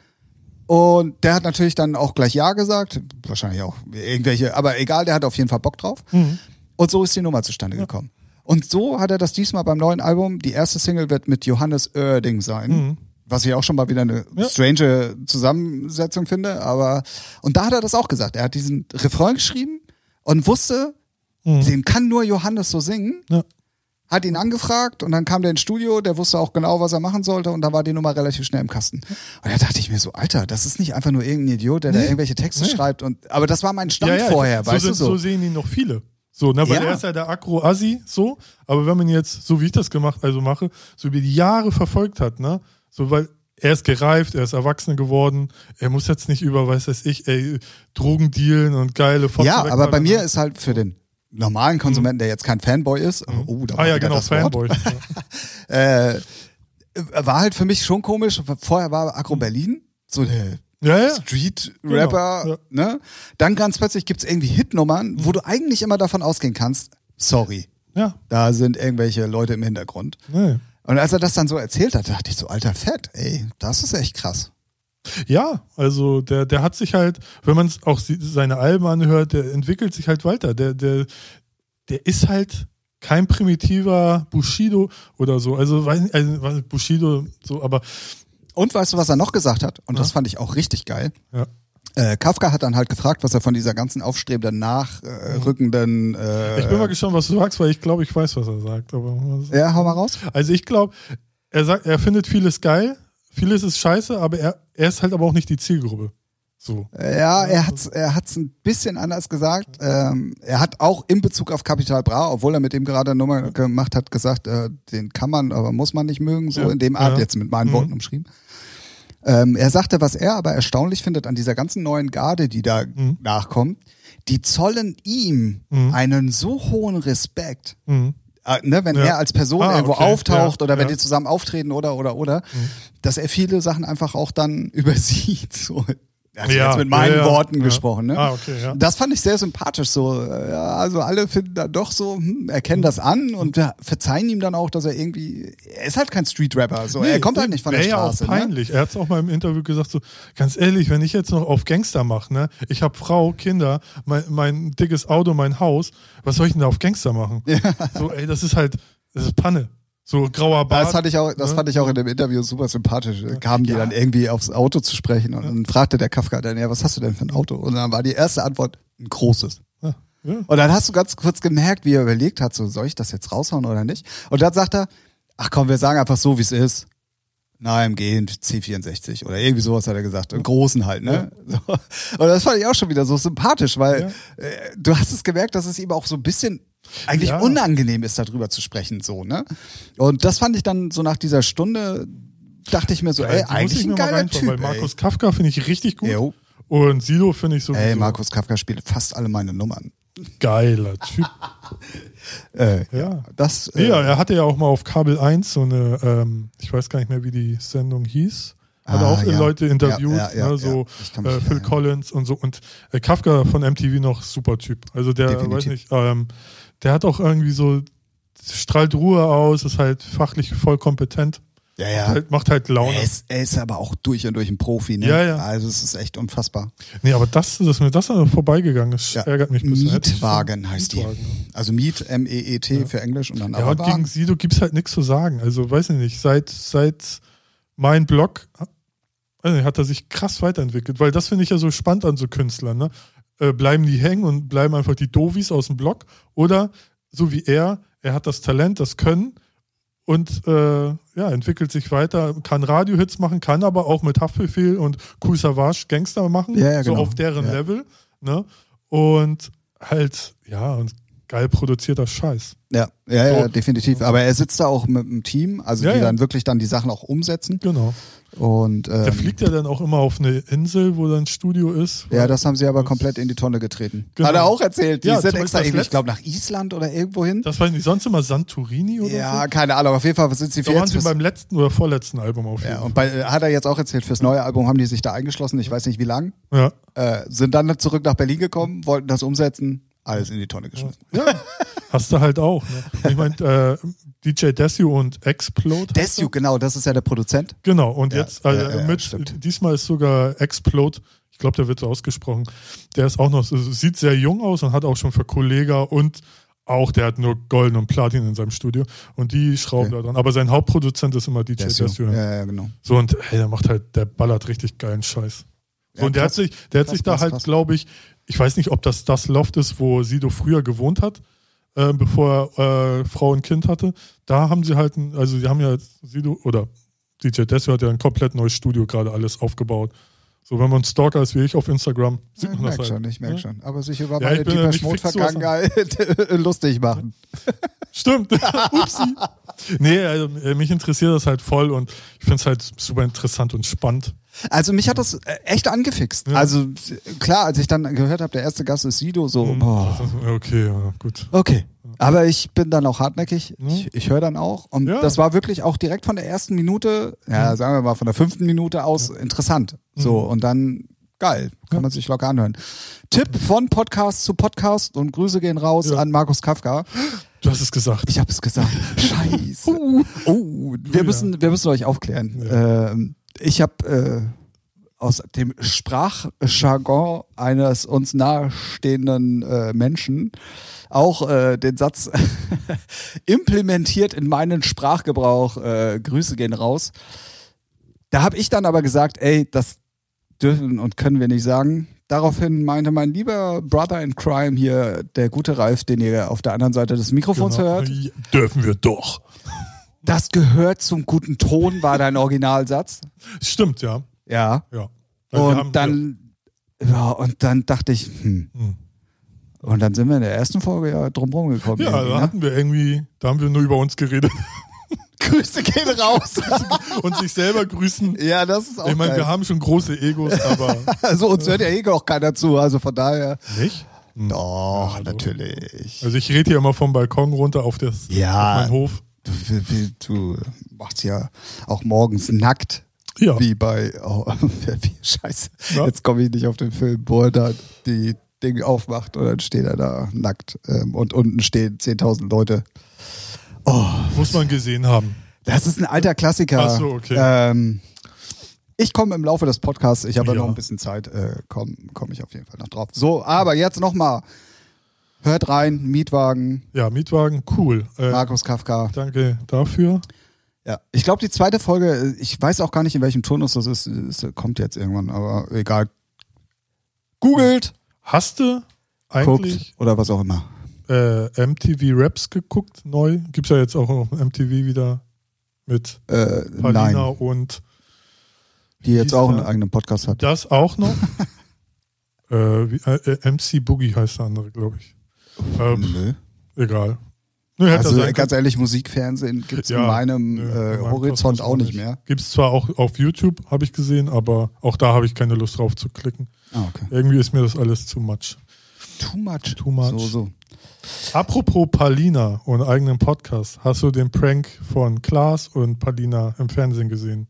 A: und der hat natürlich dann auch gleich Ja gesagt, wahrscheinlich auch irgendwelche, aber egal, der hat auf jeden Fall Bock drauf.
B: Hm?
A: Und so ist die Nummer zustande gekommen. Und so hat er das diesmal beim neuen Album. Die erste Single wird mit Johannes Oerding sein. Was ich auch schon mal wieder eine
B: Mhm. Ja.
A: strange Zusammensetzung finde, aber und da hat er das auch gesagt. Er hat diesen Refrain geschrieben und wusste, den kann nur Johannes so singen.
B: Mhm. Ja.
A: Hat ihn angefragt und dann kam der ins Studio, der wusste auch genau, was er machen sollte und da war die Nummer relativ schnell im Kasten. Und da dachte ich mir so, Alter, das ist nicht einfach nur irgendein Idiot, der da irgendwelche Texte schreibt und aber das war mein Stand vorher,
B: so,
A: weißt
B: sind-
A: du so.
B: so sehen ihn noch viele. So, ne,
A: Ja.
B: weil er ist ja der Agro-Assi, so, aber wenn man jetzt, so wie ich das gemacht, also mache, so über die Jahre verfolgt hat, ne, so, weil er ist gereift, er ist erwachsen geworden, er muss jetzt nicht über, was weiß ich, ey, Drogen dealen und geile Fotzen
A: ja, aber bei
B: wegballern.
A: mir ist halt für den normalen Konsumenten, der jetzt kein Fanboy ist, oh, da war
B: Ah ja,
A: wieder
B: genau,
A: das Wort,
B: Fanboy. Ja.
A: äh, war halt für mich schon komisch. Vorher war Agro Berlin, so der
B: Ja, Mhm. ja.
A: Street-Rapper.
B: Genau, Mhm.
A: ne? Dann ganz plötzlich gibt's irgendwie Hitnummern, wo du eigentlich immer davon ausgehen kannst, sorry,
B: ja,
A: da sind irgendwelche Leute im Hintergrund.
B: nee.
A: Und als er das dann so erzählt hat, dachte ich so, alter Fett, ey, das ist echt krass.
B: Ja, also der, der hat sich halt, wenn man es auch sie- seine Alben anhört, der entwickelt sich halt weiter. Der, der, der ist halt kein primitiver Bushido oder so. Also, weiß nicht, also weiß nicht, Bushido so, aber
A: Und weißt du, was er noch gesagt hat? Und das fand ich auch richtig geil.
B: ja.
A: Äh, Kafka hat dann halt gefragt, was er von dieser ganzen aufstrebenden, nachrückenden... Äh,
B: Ich bin mal gespannt, was du sagst, weil ich glaube, ich weiß, was er sagt. Aber
A: ja, hau mal raus.
B: Also ich glaube, er sagt, er findet vieles geil, vieles ist scheiße, aber er, er ist halt aber auch nicht die Zielgruppe. So.
A: Ja, er hat's, er hat's ein bisschen anders gesagt. Ähm, er hat auch in Bezug auf Capital Bra, obwohl er mit dem gerade eine Nummer gemacht hat, gesagt, äh, den kann man, aber muss man nicht mögen, so
B: Ja, Mhm.
A: in dem Art
B: ja.
A: jetzt mit meinen Worten umschrieben. Ähm, er sagte, was er aber erstaunlich findet an dieser ganzen neuen Garde, die da nachkommt, die zollen ihm
B: Mhm.
A: einen so hohen Respekt,
B: Mhm.
A: äh, ne, wenn
B: Ja.
A: er als Person
B: Ah,
A: irgendwo
B: okay.
A: auftaucht
B: Ja,
A: oder wenn
B: ja. Mhm.
A: die zusammen auftreten oder oder oder, dass er viele Sachen einfach auch dann übersieht. So. Also
B: Ja,
A: jetzt mit meinen
B: ja, ja.
A: Worten
B: Ja.
A: gesprochen. Ne?
B: Ah, okay, ja.
A: Das fand ich sehr sympathisch. So, äh, ja, also alle finden da doch so, hm,
B: Mhm.
A: erkennen das an und ja, verzeihen ihm dann auch, dass er irgendwie, er ist halt kein Street-Rapper. So, er kommt halt nicht von der
B: Wäre
A: Straße.
B: ja auch
A: ne?
B: peinlich. Er hat es auch mal im Interview gesagt, so, ganz ehrlich, wenn ich jetzt noch auf Gangster mache, ne, ich habe Frau, Kinder, mein, mein dickes Auto, mein Haus, was soll ich denn da auf Gangster machen? So, ey, das ist halt, das ist Panne. So grauer Bart.
A: Das, fand ich auch, das fand ich auch in dem Interview super sympathisch. Kamen die
B: Ja.
A: dann irgendwie aufs Auto zu sprechen und dann fragte der Kafka dann, ja, was hast du denn für ein Auto? Und dann war die erste Antwort, ein großes.
B: ja, ja.
A: Und dann hast du ganz kurz gemerkt, wie er überlegt hat, so, soll ich das jetzt raushauen oder nicht? Und dann sagt er, ach komm, wir sagen einfach so, wie es ist. Ein AMG, ein C64 oder irgendwie sowas hat er gesagt. Im Großen halt, ne? So. Und das fand ich auch schon wieder so sympathisch, weil äh, du hast es gemerkt, dass es ihm auch so ein bisschen eigentlich
B: Ja.
A: unangenehm ist, darüber zu sprechen, so, ne? Und das fand ich dann so nach dieser Stunde, dachte ich mir so,
B: Geil,
A: ey,
B: die muss
A: eigentlich
B: ich
A: ein
B: mir mal
A: geiler
B: reinschauen,
A: Typ.
B: Weil
A: ey.
B: Markus Kafka finde ich richtig gut.
A: Jo.
B: Und Sido finde ich so
A: ey, Markus Kafka spielt fast alle meine Nummern.
B: geiler Typ.
A: Äh,
B: Ja.
A: das, äh,
B: Ja, er hatte ja auch mal auf Kabel 1 so eine, ähm, ich weiß gar nicht mehr, wie die Sendung hieß. Hat
A: Ah,
B: auch
A: ja.
B: Leute interviewt,
A: Ja, ja, ja,
B: ne, so
A: ja. Ich kann mich
B: äh, Phil
A: erinnern.
B: Collins und so. Und äh, Kafka von MTV noch super Typ. Also der,
A: Definitiv.
B: weiß nicht, ähm, der hat auch irgendwie so, strahlt Ruhe aus, ist halt fachlich voll kompetent,
A: ja, ja.
B: halt, macht halt Laune.
A: Er ist, er ist aber auch durch und durch ein Profi, ne?
B: Ja, ja.
A: Also es ist echt unfassbar.
B: Nee, aber das, dass mir das dann vorbeigegangen ist,
A: Ja.
B: ärgert mich ein bisschen. Hätte ich-
A: Mietwagen heißt die.
B: Mietwagen, ja.
A: Also Miet, M-E-E-T für Englisch und dann
B: Ja,
A: aber
B: und gegen
A: Wagen.
B: Sido gibt es halt nichts zu sagen. Also, weiß ich nicht, seit, seit mein Blog weiß nicht, hat er sich krass weiterentwickelt, weil das finde ich ja so spannend an so Künstlern. Ne? Äh, bleiben die hängen und bleiben einfach die Dovis aus dem Blog oder so wie er, er hat das Talent, das Können und äh, ja, entwickelt sich weiter, kann Radiohits machen, kann aber auch mit Haftbefehl und Kool Savage Gangster machen,
A: Ja, ja,
B: so
A: genau.
B: auf deren
A: Ja.
B: Level. Ne? Und halt, ja, und geil produzierter Scheiß.
A: Ja, ja, ja,
B: So.
A: definitiv. Aber er sitzt da auch mit dem Team, also
B: Ja,
A: die
B: ja.
A: dann wirklich dann die Sachen auch umsetzen.
B: Genau.
A: Und ähm,
B: Der fliegt ja dann auch immer auf eine Insel, wo dann Studio ist.
A: ja, das haben sie aber komplett in die Tonne getreten.
B: Genau.
A: Hat er auch erzählt. Die
B: Ja,
A: sind
B: zum
A: extra,
B: Beispiel das
A: irgendwie, ich glaube, nach Island oder irgendwo hin.
B: Das war nicht sonst immer Santorini oder
A: Ja, keine Ahnung. Auf jeden Fall sind sie
B: so? Da
A: viel
B: waren sie
A: fürs-
B: beim letzten oder vorletzten Album auf jeden
A: ja,
B: Fall.
A: und bei, äh, hat er jetzt auch erzählt, fürs neue Album haben die sich da eingeschlossen, ich weiß nicht wie lang.
B: Ja.
A: äh, sind dann zurück nach Berlin gekommen, wollten das umsetzen, alles in die Tonne geschmissen.
B: ja. Hast du halt auch. Ne? Ich meine, äh, DJ Desio und Explode. heißt
A: Desu, genau, das ist ja der Produzent.
B: er? Genau, und
A: Ja,
B: jetzt also
A: ja, ja,
B: mit,
A: stimmt.
B: diesmal ist sogar Explode, ich glaube, der wird so ausgesprochen. Der ist auch noch, also sieht sehr jung aus und hat auch schon für Kollega und auch, der hat nur Golden und Platin in seinem Studio und die schrauben da dran. Aber sein Hauptproduzent ist immer DJ Desio. ne?
A: Ja, ja, genau.
B: So, und hey, der macht halt, der ballert richtig geilen Scheiß. So,
A: Ja,
B: und der
A: krass.
B: hat sich, der hat
A: Krass,
B: sich da
A: krass,
B: halt,
A: krass.
B: glaube ich, ich weiß nicht, ob das das Loft ist, wo Sido früher gewohnt hat, äh, bevor er äh, Frau und Kind hatte. Da haben sie halt, ein- also die haben ja jetzt Sido oder DJ Desio hat ja ein komplett neues Studio gerade alles aufgebaut. So, wenn man Stalker ist wie ich auf Instagram, sieht
A: Ja, Ich
B: man das
A: merk
B: halt.
A: schon, ich merk
B: Ja?
A: schon. Aber sich über
B: Ja,
A: meine
B: ich bin ja
A: Deeper
B: nicht
A: Schmott
B: fix, sowas
A: Vergangenheit lustig machen.
B: Stimmt. Upsi. Nee, also, äh, mich interessiert das halt voll und ich finde es halt super interessant und spannend.
A: Also mich hat das äh, echt angefixt. Also äh, klar, als ich dann gehört habe, der erste Gast ist Sido, so,
B: Mhm.
A: boah,
B: Okay, ja, gut.
A: Okay. Aber ich bin dann auch hartnäckig. Ich, ich höre dann auch. Und
B: Hm? Ja. Hm.
A: das war wirklich auch direkt von der ersten Minute, ja, sagen wir mal von der fünften Minute aus interessant. So, und dann geil. Kann man sich locker anhören. Tipp von Podcast zu Podcast und Grüße gehen raus
B: Ja.
A: an Markus Kafka.
B: Du hast es gesagt.
A: Ich habe es gesagt. Scheiße. Oh, wir,
B: Ja.
A: müssen, wir müssen euch aufklären. Ähm, ich habe äh, aus dem Sprachjargon eines uns nahestehenden äh, Menschen auch äh, den Satz implementiert in meinen Sprachgebrauch. Äh, Grüße gehen raus. Da habe ich dann aber gesagt, ey, das dürfen und können wir nicht sagen. Daraufhin meinte mein lieber Brother in Crime hier, der gute Ralf, den ihr auf der anderen Seite des Mikrofons
B: Genau.
A: hört,
B: Ja, Dürfen wir doch.
A: das gehört zum guten Ton, war dein Originalsatz.
B: Stimmt, ja.
A: Ja.
B: ja. Weil wir
A: Und
B: haben-
A: dann, ja, und dann dachte ich, hm.
B: Hm.
A: Und dann sind wir in der ersten Folge ja drumherum gekommen.
B: Ja,
A: irgendwie,
B: da
A: ne?
B: hatten wir irgendwie, da haben wir nur über uns geredet
A: Grüße gehen raus.
B: und sich selber grüßen.
A: ja, das ist auch
B: Ich meine, wir
A: geil.
B: haben schon große Egos, aber
A: Also uns hört ja eh auch keiner zu, also von daher.
B: nicht?
A: Doch,
B: Ja, doch.
A: natürlich.
B: Also ich rede hier immer vom Balkon runter auf, das,
A: Ja.
B: auf meinen Hof.
A: Du, du, du machst ja auch morgens nackt,
B: Ja,
A: wie bei. Oh, wie- scheiße.
B: Ja.
A: Jetzt komme ich nicht auf den Film, wo er da die Dinge aufmacht und dann steht er da nackt. Ähm, und unten stehen 10.000 Leute.
B: muss man gesehen haben.
A: Das ist ein alter Klassiker.
B: Ach so, okay.
A: Ähm, ich komme im Laufe des Podcasts, ich habe ja.
B: Ja.
A: noch ein bisschen Zeit, äh, komme komm ich auf jeden Fall noch drauf. So, aber jetzt nochmal. Hört rein, Mietwagen,
B: Ja, Mietwagen, cool. Äh,
A: Markus Kafka.
B: danke dafür.
A: Ja. Ich glaube, die zweite Folge, äh, ich weiß auch gar nicht, in welchem Turnus das ist, es kommt jetzt irgendwann, aber egal. Googelt,
B: Hast du
A: guckt
B: eigentlich
A: oder was auch immer.
B: äh, MTV Raps geguckt, neu? Gibt es ja jetzt auch auf MTV wieder mit
A: Äh,
B: Palina
A: nein,
B: und
A: die jetzt
B: hieß
A: auch
B: der?
A: einen eigenen Podcast hat.
B: das auch noch. äh, wie, äh, äh, MC Boogie heißt der andere, glaube ich. Äh, pff,
A: Nö.
B: egal. Nö, hätte
A: Hm. Also
B: sein können.
A: ganz ehrlich, Musikfernsehen gibt es in
B: Ja,
A: meinem
B: nö,
A: äh,
B: in meinem
A: Horizont
B: Kosmos
A: auch nicht mehr.
B: Gibt es zwar auch auf YouTube, habe ich gesehen, aber auch da habe ich keine Lust drauf zu klicken.
A: Ah, okay.
B: Irgendwie ist mir das alles zu much.
A: Too much.
B: Too much.
A: So, so.
B: Apropos Palina und eigenen Podcast, hast du den Prank von Klaas und Palina im Fernsehen gesehen?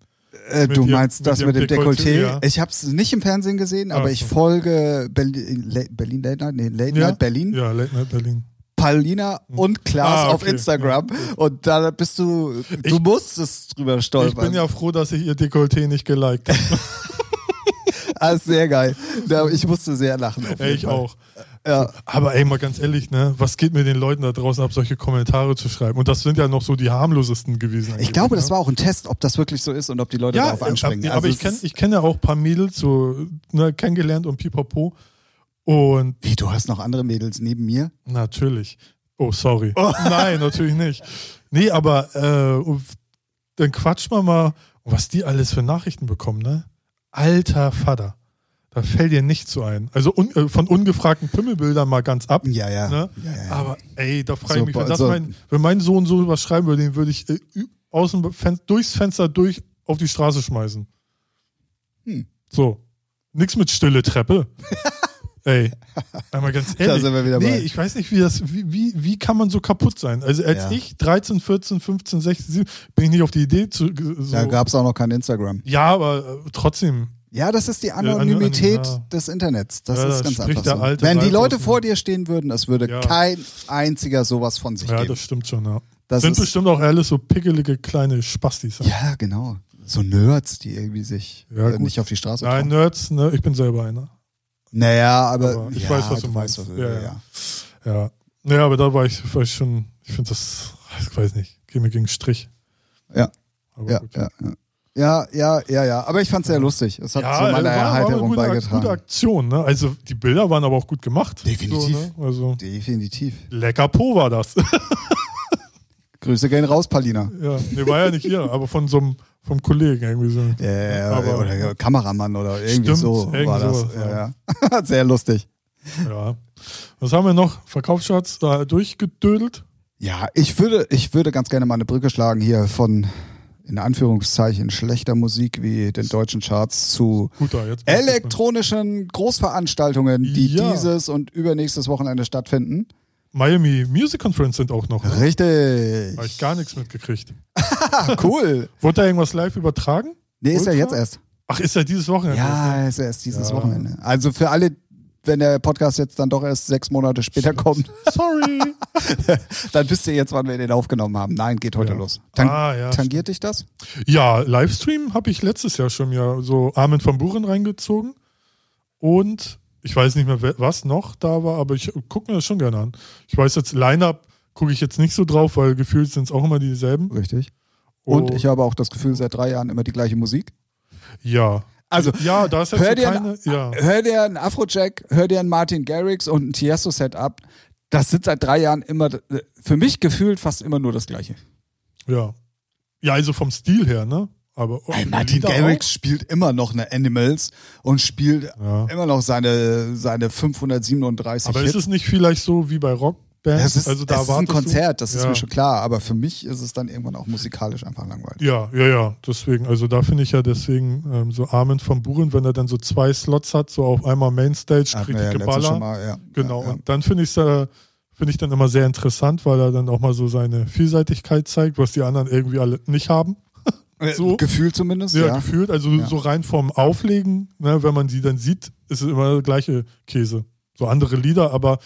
A: Äh,
B: Mit
A: du
B: ihrem-
A: meinst
B: mit
A: das
B: ihrem
A: mit dem Dekolleté?
B: Dekolleté, ja.
A: Ich habe es nicht im Fernsehen gesehen, aber
B: Ach
A: ich
B: so.
A: folge Berlin, Le- Berlin Late Night, nee, Late
B: Ja?
A: Night Berlin,
B: Ja, Late Night Berlin.
A: Paulina und Klaas
B: Ah,
A: auf
B: okay.
A: Instagram und da bist du, du
B: Ich-
A: musst es drüber
B: Ich
A: stolpern.
B: bin ja froh, dass ich ihr Dekolleté nicht geliked habe.
A: ah, ist sehr geil. Da, ich musste sehr lachen. Auf
B: Ey,
A: jeden
B: ich
A: Fall.
B: auch.
A: Ja.
B: Aber ey, mal ganz ehrlich, ne? Was geht mit den Leuten da draußen ab, solche Kommentare zu schreiben? Und das sind ja noch so die harmlosesten gewesen.
A: Ich
B: angeblich,
A: glaube, das
B: ne?
A: war auch ein Test, ob das wirklich so ist und ob die Leute
B: ja, äh,
A: darauf anspringen.
B: Aber, aber
A: Also
B: ich
A: es
B: kenne
A: ist-
B: ich kenn ja auch ein paar Mädels so ne, kennengelernt und pipapo. Und
A: Wie, du hast noch andere Mädels neben mir?
B: Natürlich. Oh, sorry. Nein, natürlich nicht. Nee, aber äh, und dann quatscht man mal, was die alles für Nachrichten bekommen, ne? Alter Vater. Da fällt dir nichts so ein. Also un äh, von ungefragten Pimmelbildern mal ganz ab.
A: Ja, ja.
B: Ne?
A: ja, ja, ja.
B: Aber ey, da frage ich
A: So,
B: mich, wenn, das
A: so-
B: mein, wenn mein Sohn so was schreiben würde, den würde ich äh, ü- außen fen- durchs Fenster durch auf die Straße schmeißen.
A: Hm.
B: So. Nix mit stille Treppe. ey. Einmal ganz ehrlich.
A: da sind wir wieder
B: Nee,
A: bei.
B: ich weiß nicht, wie das, wie, wie, wie kann man so kaputt sein? Also als
A: Ja.
B: ich 13, 14, 15, 16, 17, bin ich nicht auf die Idee zu. ge- So,
A: Da gab es auch noch kein Instagram.
B: ja, aber äh, trotzdem.
A: Ja, das ist die
B: an-
A: Anonymität
B: ja.
A: des Internets. Das
B: Ja,
A: ist
B: da
A: ganz
B: spricht
A: einfach
B: der
A: so.
B: alte
A: Wenn die
B: Ralf
A: Leute
B: aus dem-
A: vor dir stehen würden, es würde
B: Ja.
A: kein einziger sowas von sich
B: Ja,
A: geben.
B: das stimmt schon, ja.
A: Das
B: Sind
A: ist-
B: bestimmt auch alles so pickelige kleine Spastis.
A: Ja, genau. So Nerds, die irgendwie sich
B: Ja,
A: äh,
B: gut.
A: nicht auf die Straße
B: Nein,
A: trauen.
B: Nerds, ne? ich bin selber einer.
A: Naja, aber,
B: Aber ich
A: ja,
B: weiß, was du meinst.
A: was-
B: Ja,
A: ja,
B: ja. Ja. Ja, aber da war ich, war ich schon, ich finde das, ich weiß nicht, geht mir gegen den Strich.
A: Ja.
B: Aber
A: ja,
B: gut.
A: ja, ja. Ja, ja, ja, ja. Aber ich fand's sehr lustig. Es hat zu
B: also
A: meiner Erheiterung
B: gute, Ak- gute
A: beigetragen.
B: Aktion, ne? Also die Bilder waren aber auch gut gemacht.
A: Definitiv.
B: So, ne? Also
A: Definitiv.
B: lecker Po war das.
A: Grüße gehen raus, Palina.
B: Ja, nee, war ja nicht ihr, aber von so einem vom Kollegen irgendwie so.
A: Ja, ja, ja,
B: Aber-
A: oder Kameramann oder irgendwie
B: Stimmt,
A: so
B: irgend
A: war das.
B: sowas,
A: ja, ja. sehr lustig.
B: Ja. Was haben wir noch? Verkaufscharts da durchgedödelt?
A: Ja, ich würde, ich würde ganz gerne mal eine Brücke schlagen hier von in Anführungszeichen schlechter Musik wie den deutschen Charts zu
B: Gut, da jetzt.
A: elektronischen Großveranstaltungen, die
B: Ja.
A: dieses und übernächstes Wochenende stattfinden.
B: Miami Music Conference sind auch noch. Ne?
A: Richtig.
B: Habe ich gar nichts mitgekriegt.
A: Ah, cool.
B: Wurde da irgendwas live übertragen?
A: Nee, ist ja
B: Ultra?
A: jetzt erst.
B: Ach, ist ja dieses Wochenende.
A: Ja, ist ja erst dieses
B: Ja.
A: Wochenende. Also für alle, wenn der Podcast jetzt dann doch erst sechs Monate später kommt,
B: Sorry.
A: dann wisst ihr jetzt, wann wir den aufgenommen haben. Nein, geht heute
B: Ja.
A: los. Tan
B: ah, ja.
A: tangiert dich das?
B: Ja, Livestream habe ich letztes Jahr schon ja so Armin van Buren reingezogen. Und ich weiß nicht mehr, wer- was noch da war, aber ich gucke mir das schon gerne an. Ich weiß jetzt, Line-Up gucke ich jetzt nicht so drauf, weil gefühlt sind es auch immer dieselben.
A: Richtig. Und
B: Oh,
A: ich habe auch das Gefühl, seit drei Jahren immer die gleiche Musik.
B: Ja.
A: Also,
B: Ja, da ist jetzt
A: hör
B: so
A: dir
B: keine. Ja.
A: hör dir einen Afrojack, hör dir einen Martin Garrix und ein Tiesto-Set ab. Das sind seit drei Jahren immer, äh, für mich gefühlt fast immer nur das Gleiche.
B: ja. Ja, also vom Stil her, ne? Aber oh, die
A: Martin
B: Lieder
A: Garrix spielt immer noch eine Animals und spielt
B: auch? Ja.
A: immer noch seine, seine 537
B: Aber ist
A: Hits.
B: es nicht vielleicht so wie bei Rockbands Bands.
A: es ist,
B: also da
A: es ist ein
B: wartest du-
A: Konzert, das ist
B: Ja.
A: mir schon klar, aber für mich ist es dann irgendwann auch musikalisch einfach langweilig.
B: Ja, ja, ja. Deswegen, also da finde ich ja deswegen ähm, so Armin von Buren, wenn er dann so zwei Slots hat, so auf einmal Mainstage,
A: Hatten
B: kriegt
A: wir ja letztens
B: Geballer.
A: schon mal, ja.
B: Genau.
A: Ja, ja.
B: Und dann finde ich äh, finde ich dann immer sehr interessant, weil er dann auch mal so seine Vielseitigkeit zeigt, was die anderen irgendwie alle nicht haben. so.
A: Gefühl zumindest,
B: Ja,
A: ja.
B: gefühlt. Also
A: Ja.
B: so rein vom Auflegen, ne, wenn man sie dann sieht, ist es immer der gleiche Käse. So andere Lieder, aber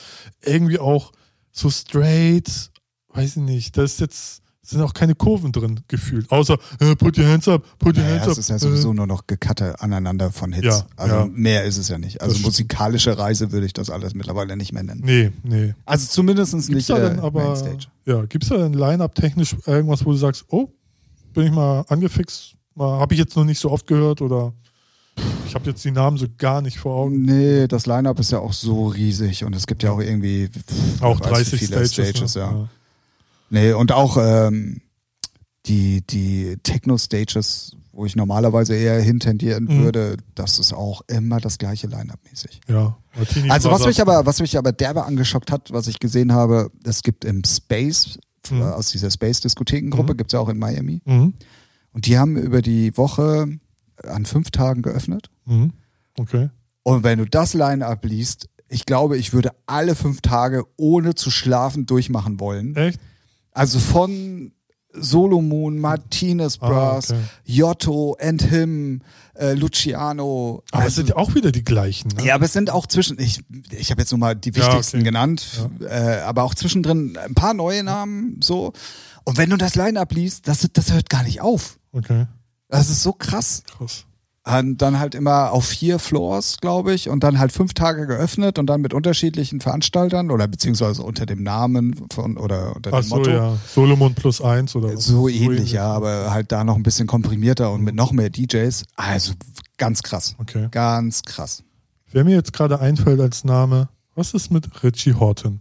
B: irgendwie auch so straight, weiß ich nicht, da ist jetzt sind auch keine Kurven drin gefühlt. Außer äh, put your hands up, put your
A: Ja,
B: hands
A: ja, es
B: up.
A: ist ja
B: äh,
A: sowieso nur noch Gekatte aneinander von Hits.
B: Ja,
A: also
B: ja.
A: mehr ist es ja nicht. Also
B: Das stimmt.
A: musikalische Reise würde ich das alles mittlerweile nicht mehr nennen.
B: Äh, nee, nee.
A: Also zumindest
B: Gibt's
A: nicht
B: da
A: äh,
B: denn aber
A: Mainstage.
B: ja, gibt's da denn Line-up technisch irgendwas, wo du sagst, oh, bin ich mal angefixt, mal habe ich jetzt noch nicht so oft gehört oder ich habe jetzt die Namen so gar nicht vor Augen.
A: Nee, das Line-Up ist ja auch so riesig und es gibt ja auch irgendwie pff,
B: Auch
A: wer weiß, wie
B: 30
A: viele
B: Stages, ne?
A: ja. Nee, und auch ähm, die, die Techno-Stages, wo ich normalerweise eher hintendieren
B: Mhm.
A: würde, das ist auch immer das gleiche Line-Up mäßig.
B: Ja, Martini
A: Also was
B: Brothers.
A: mich aber, was mich aber derbe angeschockt hat, was ich gesehen habe, es gibt im Space,
B: Mhm.
A: äh, aus dieser Space-Diskothekengruppe, gibt's gibt es ja auch in Miami.
B: Mhm.
A: Und die haben über die Woche äh, an fünf Tagen geöffnet.
B: Mhm. Okay.
A: Und wenn du das Line-Up liest, ich glaube, ich würde alle fünf Tage ohne zu schlafen durchmachen wollen.
B: Echt?
A: Also von Solomon, Martinez
B: Ah,
A: Brass,
B: okay.
A: Giotto and Him, äh, Luciano.
B: Aber es
A: also,
B: sind ja auch wieder die gleichen. Ne?
A: ja, aber es sind auch zwischen, ich, ich habe jetzt nur mal die
B: Ja,
A: wichtigsten
B: okay.
A: genannt, äh, aber auch zwischendrin ein paar neue Namen, so. Und wenn du das Line-Up liest, das, das hört gar nicht auf.
B: Okay,
A: Das ist so krass.
B: krass.
A: Und dann halt immer auf vier Floors, glaube ich, und dann halt fünf Tage geöffnet und dann mit unterschiedlichen Veranstaltern oder beziehungsweise unter dem Namen von oder unter dem
B: Ach so,
A: Motto.
B: ja. Solomon plus eins oder
A: So ähnlich, ja, aber halt da noch ein bisschen komprimierter und mit noch mehr DJs. Also ganz krass.
B: Okay.
A: Ganz krass.
B: Wer mir jetzt gerade einfällt als Name, was ist mit Richie Horton?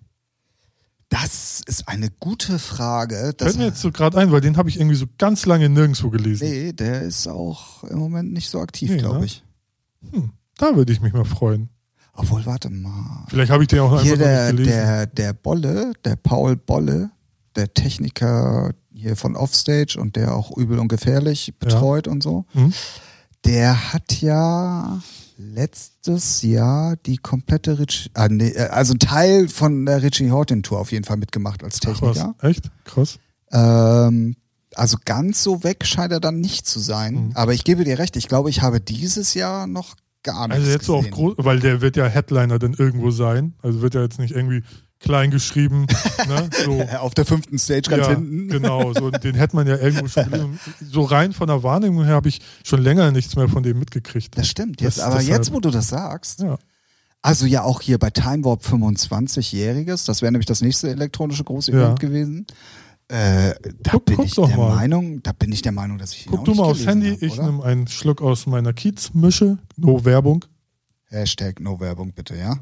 A: Das ist eine gute Frage. Das,
B: Fällt mir jetzt so gerade ein, weil den habe ich irgendwie so ganz lange nirgendwo gelesen.
A: nee, der ist auch im Moment nicht so aktiv,
B: Nee,
A: glaube
B: ne?
A: ich.
B: Da würde ich mich mal freuen.
A: Obwohl, warte mal.
B: Vielleicht habe ich den auch einfach
A: Hier
B: noch
A: der,
B: nicht gelesen.
A: der, der Bolle, der Paul Bolle, der Techniker hier von Offstage und der auch übel und gefährlich betreut und so,
B: Hm?
A: der hat ja letztes Jahr die komplette Rich, ah, nee, äh, also einen Teil von der Richie Horton Tour auf jeden Fall mitgemacht als
B: Ach was,
A: Techniker.
B: echt? Krass.
A: Ähm, also ganz so weg scheint er dann nicht zu sein.
B: Mhm.
A: Aber ich gebe dir recht, ich glaube, ich habe dieses Jahr noch gar nichts
B: Also jetzt so auf
A: gesehen.
B: groß, weil der wird ja Headliner dann irgendwo sein. Also wird ja jetzt nicht irgendwie klein geschrieben. ne? so.
A: Äh, auf der fünften Stage ganz
B: ja,
A: hinten.
B: Genau, so, den hätte man ja irgendwo schon. gelesen. So rein von der Wahrnehmung her habe ich schon länger nichts mehr von dem mitgekriegt.
A: Das stimmt. Jetzt,
B: Das-
A: aber
B: deshalb-
A: jetzt, wo du das sagst,
B: Ja.
A: also ja auch hier bei Time Warp 25-Jähriges, das wäre nämlich das nächste elektronische Großevent
B: Ja.
A: gewesen. Äh, da
B: Guck-
A: bin
B: guck
A: ich
B: doch
A: der
B: mal.
A: Meinung, da bin ich der Meinung, dass ich ihn
B: Guck
A: auch
B: du
A: nicht
B: mal aufs
A: gelesen
B: Handy,
A: hab,
B: ich
A: oder?
B: nehme einen Schluck aus meiner Kiezmische. No Werbung.
A: Hashtag No Werbung bitte, ja.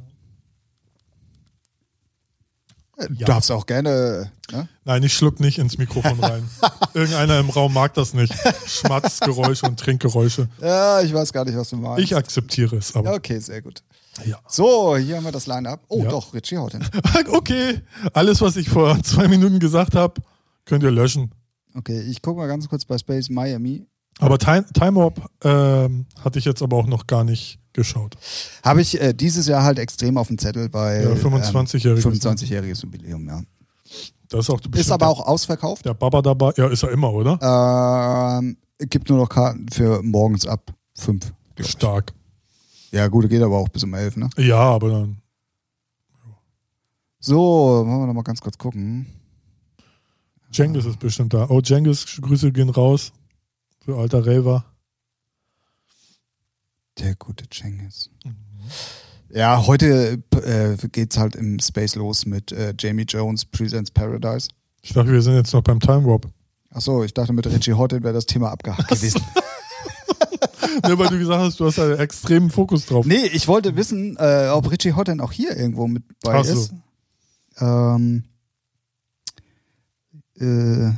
A: Äh,
B: Ja.
A: Darfst auch gerne. Ne?
B: Nein, ich schluck nicht ins Mikrofon rein. Irgendeiner im Raum mag das nicht. Schmatzgeräusche und Trinkgeräusche.
A: Ja, ich weiß gar nicht, was du meinst.
B: Ich akzeptiere es
A: Ja,
B: aber.
A: okay, sehr gut.
B: Ja.
A: So, hier haben wir das Line-Up. Oh,
B: Ja.
A: doch, Richie Houghton.
B: Okay, alles, was ich vor zwei Minuten gesagt habe, könnt ihr löschen.
A: Okay, ich gucke mal ganz kurz bei Space Miami.
B: Aber Time, Time Warp ähm, hatte ich jetzt aber auch noch gar nicht geschaut.
A: Habe ich äh, dieses Jahr halt extrem auf dem Zettel, weil.
B: Ja, 25-jähriges.
A: Ähm, 25-jähriges Jubiläum, ja.
B: Das ist auch
A: Ist
B: bestimmt
A: aber auch ausverkauft.
B: der Baba dabei. Ja, ist er immer, oder?
A: Ähm, gibt nur noch Karten für morgens ab 5.
B: Stark.
A: Ja, gut, geht aber auch bis um 11, ne?
B: Ja, aber dann.
A: So, wollen wir nochmal ganz kurz gucken.
B: Jengis ist bestimmt da. Oh, Jengis, Grüße gehen raus. Für alter Raver.
A: Der gute Cengiz. Ja, heute äh, geht's halt im Space los mit äh, Jamie Jones Presents Paradise.
B: Ich dachte, wir sind jetzt noch beim Time Warp.
A: Achso, ich dachte, mit Richie Horton wäre das Thema abgehakt gewesen.
B: ne, weil du gesagt hast, du hast einen extremen Fokus drauf.
A: Nee, ich wollte wissen, äh, ob Richie Houghton auch hier irgendwo mit bei
B: Ach so.
A: ist. Ähm, äh, äh.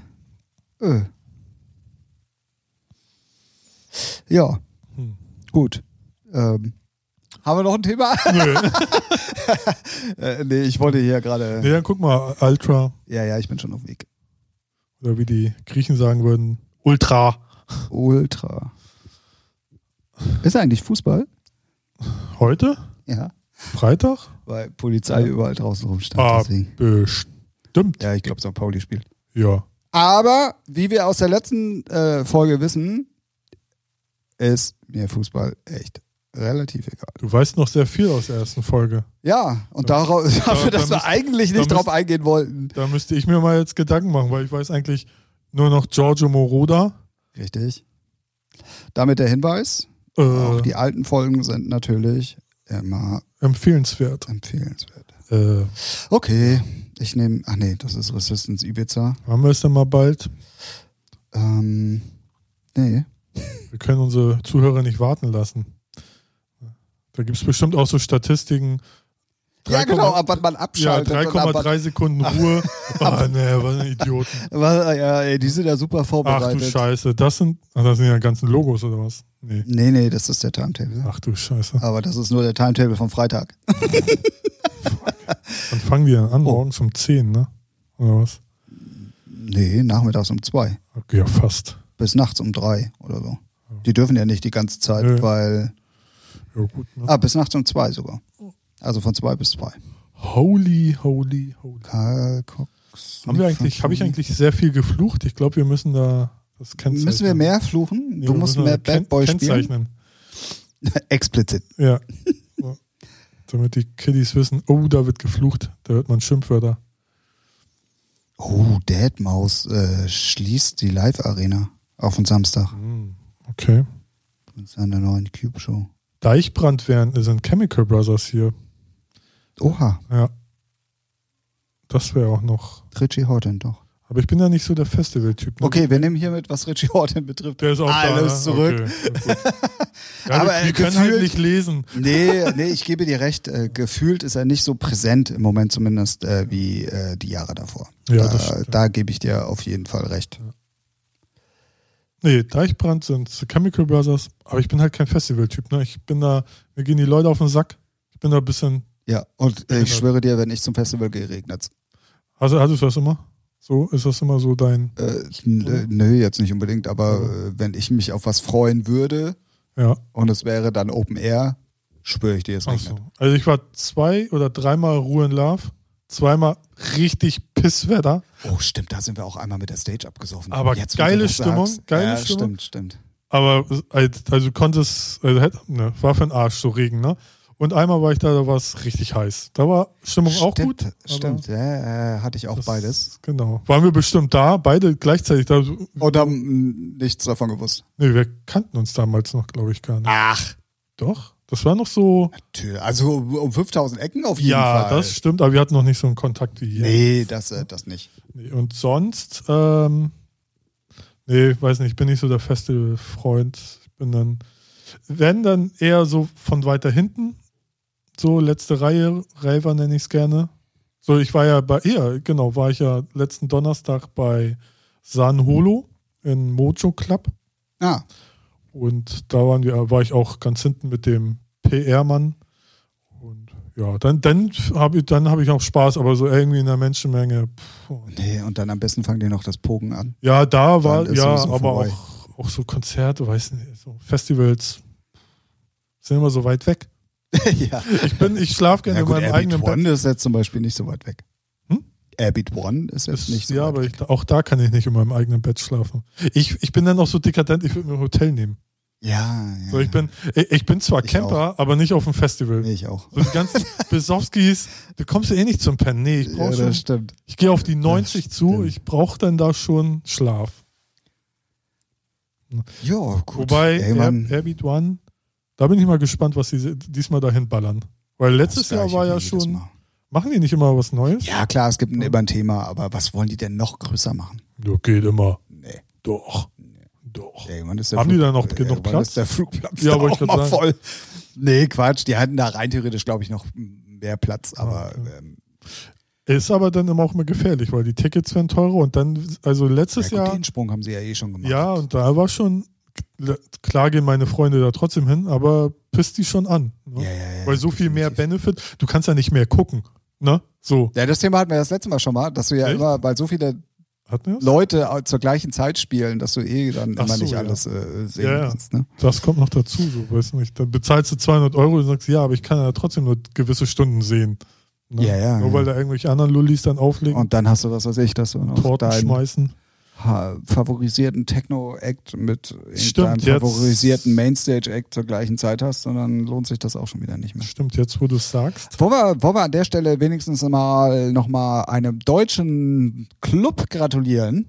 A: Ja,
B: Hm.
A: Hm. gut. Ähm, Haben wir noch ein Thema?
B: Nö.
A: Äh, nee, ich wollte hier gerade.
B: Nee, dann guck mal, Ultra,
A: Ja, ja, ich bin schon auf dem Weg.
B: oder wie die Griechen sagen würden, Ultra.
A: Ultra. Ist eigentlich Fußball?
B: Heute?
A: Ja.
B: Freitag?
A: Weil Polizei überall draußen rumstand.
B: Ah,
A: Deswegen.
B: bestimmt.
A: Ja, ich glaube, St. Pauli spielt.
B: Ja.
A: Aber wie wir aus der letzten äh, Folge wissen, ist mir Fußball echt relativ egal.
B: Du weißt noch sehr viel aus der ersten Folge.
A: Ja, und daraus, dafür,
B: da
A: dass wir
B: müsst-
A: eigentlich
B: da
A: nicht drauf
B: müsst-
A: eingehen wollten.
B: Da müsste ich mir mal jetzt Gedanken machen, weil ich weiß eigentlich nur noch Giorgio Moroda.
A: Richtig. Damit der Hinweis, auch
B: Äh,
A: die alten Folgen sind natürlich immer
B: empfehlenswert.
A: empfehlenswert.
B: Äh,
A: Okay, ich nehme, ach nee, das ist Resistance Ibiza.
B: haben wir es denn mal bald?
A: Ähm, nee.
B: Wir können unsere Zuhörer nicht warten lassen. Da gibt es bestimmt auch so Statistiken.
A: ja,
B: 3,3
A: genau, ab wann man
B: Ja,
A: abschaltet. und ab wann-
B: 3,3 Sekunden Ruhe. Ah, nee, was ein Idioten.
A: Was, ja, ey, die sind ja super
B: Ach du
A: vorbereitet.
B: Scheiße, das sind, ach, das sind ja ganzen Logos oder was? Nee.
A: nee, nee, das ist der Timetable.
B: Ach du Scheiße.
A: Aber das ist nur der Timetable vom Freitag.
B: Dann fangen die dann an,
A: Oh.
B: morgens um 10, ne? Oder was?
A: Nee, nachmittags um zwei.
B: Okay, ja, fast.
A: Bis nachts um drei oder so. Die dürfen ja nicht die ganze Zeit,
B: Nö.
A: weil.
B: Ja, Oh. gut, ne?
A: Ah, bis nachts um zwei sogar. Also von zwei bis zwei.
B: Holy, holy, holy.
A: Karl Cox.
B: Haben wir eigentlich, habe ich eigentlich sehr viel geflucht? Ich glaube, wir müssen da das kennzeichnen.
A: Müssen wir mehr fluchen?
B: Nee,
A: du
B: wir
A: musst
B: müssen
A: mehr
B: da
A: Bad
B: ken-
A: Boy spielen.
B: kennzeichnen.
A: Explizit.
B: Ja. ja. Damit die Kiddies wissen, oh, da wird geflucht, da hört man Schimpfwörter.
A: Oh, Deadmaus äh, schließt die Live-Arena auf den Samstag
B: Hm, Okay.
A: mit seiner neuen Cube-Show.
B: Deichbrand wären, sind Chemical Brothers hier.
A: Oha,
B: Ja. Das wäre auch noch.
A: Richie Horton doch.
B: Aber ich bin ja nicht so der Festival-Typ. Ne?
A: Okay, wir nehmen hiermit, was Richie Horton betrifft.
B: Der ist auch
A: Alles
B: da,
A: zurück.
B: ne? Okay. Ja,
A: Aber,
B: Aber
A: äh,
B: wir, wir können
A: gefühlt-
B: halt nicht lesen.
A: Nee, nee, ich gebe dir recht. Äh, gefühlt ist er nicht so präsent im Moment zumindest äh, wie äh, die Jahre davor.
B: Ja,
A: da,
B: das stimmt.
A: da gebe ich dir auf jeden Fall recht.
B: Nee, Deichbrand sind Chemical Brothers, aber ich bin halt kein Festival-Typ. Ne? Ich bin da, mir gehen die Leute auf den Sack. Ich bin da ein bisschen.
A: Ja, und äh, ich
B: Genau.
A: schwöre dir, wenn ich zum Festival gehe, regnet's.
B: Also, hattest du das immer? So, ist das immer so dein.
A: Äh, n- äh, nö, jetzt nicht unbedingt, aber äh, wenn ich mich auf was freuen würde
B: Ja,
A: und es wäre dann Open Air, schwöre ich dir, es
B: ach
A: regnet.
B: so. Also, ich war zwei oder dreimal Ruhe in Love, zweimal richtig Pisswetter.
A: Oh, stimmt, da sind wir auch einmal mit der Stage abgesoffen.
B: Aber
A: Jetzt, wo
B: geile
A: du das
B: Stimmung,
A: sagst.
B: geile
A: ja,
B: Stimmung.
A: stimmt, stimmt.
B: Aber, als- also, du konntest, also, hätt- ne, war für den Arsch so Regen, ne? Und einmal war ich da, da war es richtig heiß. Da war Stimmung auch
A: stimmt,
B: gut. aber
A: Stimmt, ja, äh, hatte ich auch
B: das-
A: beides.
B: Genau. Waren wir bestimmt da, beide gleichzeitig da. so-
A: Und haben hm, nichts davon gewusst.
B: Nee, wir kannten uns damals noch, glaube ich, gar nicht.
A: Ach,
B: Doch, das war noch so.
A: tö, also um um 5000 Ecken auf jeden
B: Ja,
A: Fall.
B: das stimmt, aber wir hatten noch nicht so einen Kontakt wie hier.
A: nee, das, äh, das nicht.
B: Nee, Und sonst, ähm, nee, weiß nicht, ich bin nicht so der feste Freund. Ich bin dann, wenn dann eher so von weiter hinten, so letzte Reihe, Raver nenne ich es gerne. So, ich war ja bei, ja, genau, war ich ja letzten Donnerstag bei San Holo in Mojo Club.
A: Ah,
B: Und da waren wir, war ich auch ganz hinten mit dem PR-Mann. Und ja, dann, dann habe ich, dann hab ich auch Spaß, aber so irgendwie in der Menschenmenge. Pff,
A: nee, und dann am besten fangen die noch das Pogen an.
B: ja, da war,
A: Dann ist
B: ja,
A: sowieso
B: aber
A: vorbei.
B: auch, auch so Konzerte, weiß nicht, so Festivals sind immer so weit weg.
A: ja.
B: Ich bin, ich schlafe gerne
A: ja, gut,
B: in meinem
A: Airbeat
B: eigenen Bett.
A: One ist jetzt zum Beispiel nicht so weit weg.
B: Hm?
A: Airbeat One ist jetzt
B: Ist-
A: nicht so
B: ja,
A: weit
B: aber
A: weg.
B: ich, auch da kann ich nicht in meinem eigenen Bett schlafen. Ich, ich bin dann auch so dekadent, ich würde mir ein Hotel nehmen.
A: Ja, ja.
B: So, ich, bin, ich ich bin zwar
A: Ich
B: Camper, aber nicht auf dem Festival.
A: Nee, ich auch.
B: So die ganzen Besowskis, du kommst ja eh nicht zum Pennen. Nee, ich
A: Ja,
B: brauche
A: das
B: schon.
A: stimmt.
B: Ich gehe auf die 90 zu,
A: stimmt.
B: ich brauche dann da schon Schlaf.
A: Ja, gut.
B: Wobei,
A: Ey,
B: Air,
A: Mann,
B: Airbeat One, da bin ich mal gespannt, was die diesmal dahin ballern. Weil letztes
A: das
B: Jahr
A: Gleiche
B: war
A: wie
B: ja
A: jedes
B: schon.
A: Mal.
B: Machen die nicht immer was Neues?
A: Ja, klar, es gibt ein, immer ein Thema, aber was wollen die denn noch größer machen?
B: Ja, geht immer.
A: Nee.
B: Doch. Doch.
A: Irgendwann ist der
B: Haben die da noch genug
A: irgendwann
B: Platz?
A: Ist der Flugplatz
B: Ja,
A: da
B: wollte
A: auch
B: ich grad
A: mal
B: sagen.
A: voll. Nee, Quatsch. Die hatten da rein theoretisch, glaube ich, noch mehr Platz, aber ähm,
B: Ist aber dann immer auch immer gefährlich, weil die Tickets werden teurer und dann, also
A: ja,
B: letztes
A: gut,
B: Jahr.
A: den Sprung haben sie ja eh schon gemacht.
B: Ja, und da war schon. Klar gehen meine Freunde da trotzdem hin, aber pisst die schon an. Ne?
A: ja, ja, ja,
B: weil so viel mehr Benefit, du kannst ja nicht mehr gucken. Ne? So.
A: Ja, das Thema hatten wir das letzte Mal schon mal, dass du ja
B: Echt?
A: immer, weil so viele
B: Hat mir's?
A: Leute au- zur gleichen Zeit spielen, dass du eh dann
B: Ach
A: immer
B: so,
A: nicht
B: ja.
A: alles äh, sehen
B: Ja, ja.
A: kannst. Ne?
B: Das kommt noch dazu, so, weiß nicht. Dann bezahlst du 200 Euro und sagst, ja, aber ich kann ja trotzdem nur gewisse Stunden sehen. Ne?
A: Ja, ja,
B: Nur
A: ja.
B: weil da irgendwelche anderen Lullis dann auflegen,
A: Und dann hast du, was weiß ich, dass du noch
B: Torten
A: deinen
B: schmeißen.
A: ha favorisierten Techno-Act mit deinem
B: Stimmt, jetzt-
A: favorisierten Mainstage-Act zur gleichen Zeit hast, und dann lohnt sich das auch schon wieder nicht mehr.
B: Stimmt, jetzt wo du es sagst.
A: Wollen wir, wollen wir an der Stelle wenigstens mal nochmal einem deutschen Club gratulieren?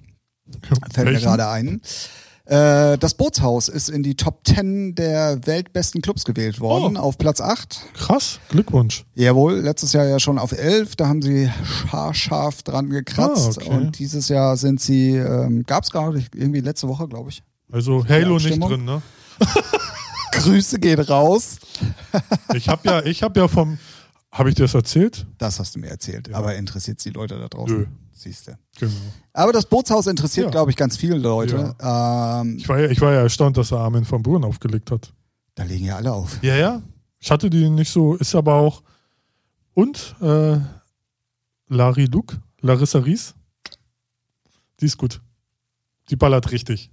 A: Fällt mir
B: Welchen?
A: gerade ein. Äh, Das Bootshaus ist in die Top 10 der weltbesten Clubs gewählt worden,
B: Oh.
A: auf Platz 8.
B: Krass, Glückwunsch.
A: Jawohl, letztes Jahr ja schon auf 11, da haben sie scharf dran gekratzt.
B: Ah, okay.
A: Und dieses Jahr sind sie, ähm, gab es gar nicht, irgendwie letzte Woche, glaube ich.
B: Also Halo nicht
A: Abstimmung.
B: drin, ne?
A: Grüße gehen raus.
B: Ich habe ja, ich habe ja vom, habe ich dir das erzählt?
A: Das hast du mir erzählt,
B: Ja.
A: aber interessiert die Leute da draußen?
B: Nö.
A: Siehst du.
B: Genau.
A: Aber das Bootshaus interessiert,
B: Ja.
A: glaube ich, ganz viele Leute. Ähm,
B: Ich war ja, ich war ja erstaunt, dass er Armin van Buuren aufgelegt hat.
A: da legen ja alle auf.
B: Ja, ja. Ich hatte die nicht so, ist aber auch. Und äh, Larry Duke, Larissa Ries, die ist gut. Die ballert richtig.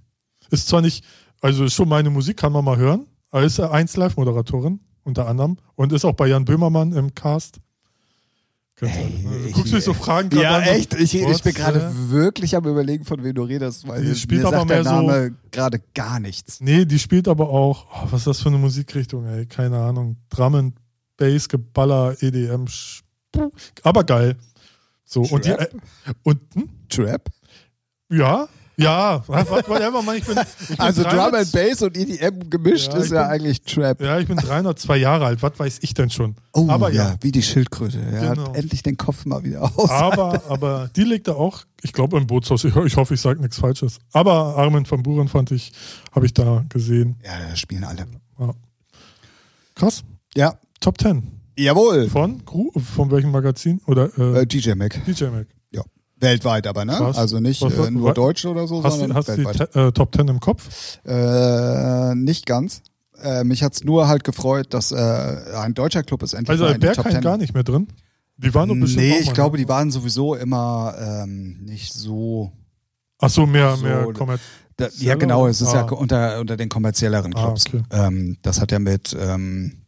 B: Ist zwar nicht, also ist schon meine Musik, kann man mal hören, aber ist 1 Live-Moderatorin unter anderem und ist auch bei Jan Böhmermann im Cast. Ganz
A: Hey,
B: ehrlich, ne? du
A: ich-
B: guckst mich so Fragen grad an, so,
A: Ich, ich bin
B: what,
A: gerade
B: äh?
A: wirklich am überlegen, von wem du redest, weil
B: Die
A: mir
B: spielt
A: sagt
B: aber
A: der
B: mehr so-
A: Name gerade gar nichts.
B: Nee, die spielt aber auch, oh, was ist das für eine Musikrichtung, ey? Keine Ahnung. Drum and Bass, Geballer, EDM. Sch- Puh. Aber geil. So, und die. Äh,
A: Trap?
B: und, hm?
A: Trap?
B: Ja, ja. Was, whatever, Mann, ich bin. Ich bin
A: Also Drum and
B: 300
A: Bass und EDM gemischt
B: Ja,
A: ist
B: ich
A: ja
B: bin-
A: eigentlich Trap.
B: Ja, ich bin 302 Jahre alt. Was weiß ich denn schon?
A: Oh
B: aber
A: ja,
B: ja.
A: wie die Schildkröte. Er
B: Genau. Ah.
A: hat endlich den Kopf mal wieder aus.
B: Aber, aber die legt da auch, ich glaube, im Bootshaus. Ich, ich hoffe, ich sage nichts Falsches. Aber Armin van Buren fand ich, habe ich da gesehen.
A: Ja, da spielen alle.
B: Krass.
A: Ja,
B: Top 10.
A: jawohl.
B: Von, Gru- von welchem Magazin? Oder äh,
A: Äh, DJ Mac.
B: DJ Mac.
A: Weltweit aber, ne?
B: Was?
A: Also nicht
B: Was-
A: äh, nur
B: was-
A: Deutsch oder so,
B: Hast du
A: sondern
B: hast du die
A: weltweit.
B: Te- äh, Top 10 im Kopf?
A: Äh, nicht ganz. Äh, mich hat's nur halt gefreut, dass äh, ein deutscher Club ist endlich
B: Also
A: mal in der Top
B: Bergheim
A: Ten.
B: gar nicht mehr drin. Die waren doch bestimmt.
A: nee,
B: auch
A: ich
B: mal,
A: glaube,
B: ne?
A: die waren sowieso immer ähm, nicht so.
B: Ach so, mehr,
A: so,
B: mehr
A: oder-
B: Kommerz.
A: Da, ja,
B: Seller?
A: genau, es ist
B: Ah.
A: ja unter, unter den kommerzielleren
B: Ah,
A: Clubs.
B: okay.
A: ähm, das hat ja mit ähm,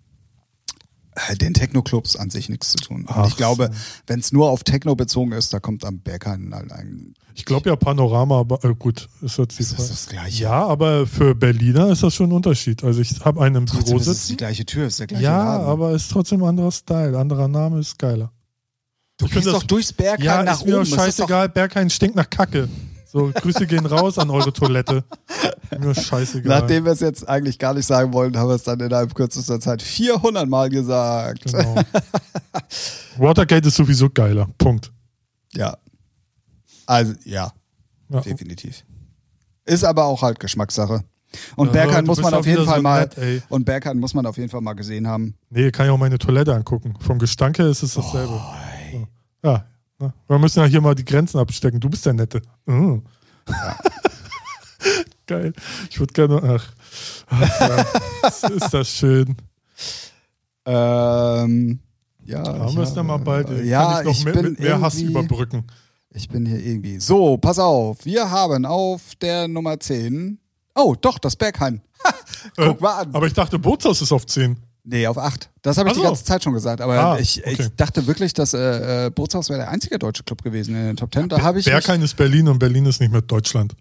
A: äh, den Techno-Clubs an sich nichts zu tun. Und
B: Ach
A: ich glaube,
B: so.
A: wenn es nur auf Techno bezogen ist, da kommt am Berghain halt ein.
B: Ich glaube ja Panorama, aber äh, gut, ist jetzt die
A: Ist das
B: Frage.
A: das gleiche?
B: Ja, aber für Berliner ist das schon ein Unterschied. Also ich habe einen im
A: Trotzdem
B: Büro
A: ist es die
B: sitzen.
A: gleiche Tür, ist der gleiche
B: Ja,
A: Laden.
B: aber ist trotzdem ein anderer Style. Anderer Name ist geiler.
A: du
B: ich find
A: gehst doch
B: das-
A: durchs Berghain
B: Ja,
A: nach
B: ist
A: oben.
B: mir doch
A: Es ist doch
B: scheißegal. Bergheim stinkt nach Kacke. So, Grüße gehen raus an eure Toilette. Mir scheißegal.
A: Nachdem wir es jetzt eigentlich gar nicht sagen wollten, haben wir es dann innerhalb kürzester Zeit 400 Mal gesagt.
B: genau. Watergate ist sowieso geiler. Punkt.
A: Ja. Also, ja,
B: Ja,
A: definitiv. Ist aber auch halt Geschmackssache. Und
B: Ja,
A: Berghain
B: du
A: muss
B: bist
A: man
B: auch
A: auf jeden
B: wieder
A: Fall
B: so
A: mal,
B: nett, ey.
A: und Berghain muss man auf jeden Fall mal gesehen haben.
B: Nee, kann ich auch meine Toilette angucken. Vom Gestank her ist es dasselbe.
A: Oh.
B: So. Ja. ne? Wir müssen ja hier mal die Grenzen abstecken. Du bist der Nette. Mhm. Geil. Ich würde gerne. Ach. ach ja. ist das schön.
A: Ähm, ja.
B: Da
A: ich
B: haben wir es dann mal
A: habe-
B: bald.
A: Ja,
B: kann ich noch
A: ich
B: mit,
A: bin
B: mit mehr Hass
A: irgendwie-
B: überbrücken.
A: Ich bin hier irgendwie. So, pass auf. Wir haben auf der Nummer 10. Oh, doch, das Berghain. Guck
B: Äh,
A: mal an.
B: Aber ich dachte, Bootshaus ist auf 10.
A: Nee, auf acht. Das habe ich
B: Ach
A: die
B: so.
A: ganze Zeit schon gesagt. Aber
B: Ah,
A: ich,
B: okay.
A: ich dachte wirklich, dass äh, äh, Bootshaus wäre der einzige deutsche Club gewesen in den Top Ten. Da habe ich. mich-
B: Berghain ist Berlin und Berlin ist nicht mehr Deutschland.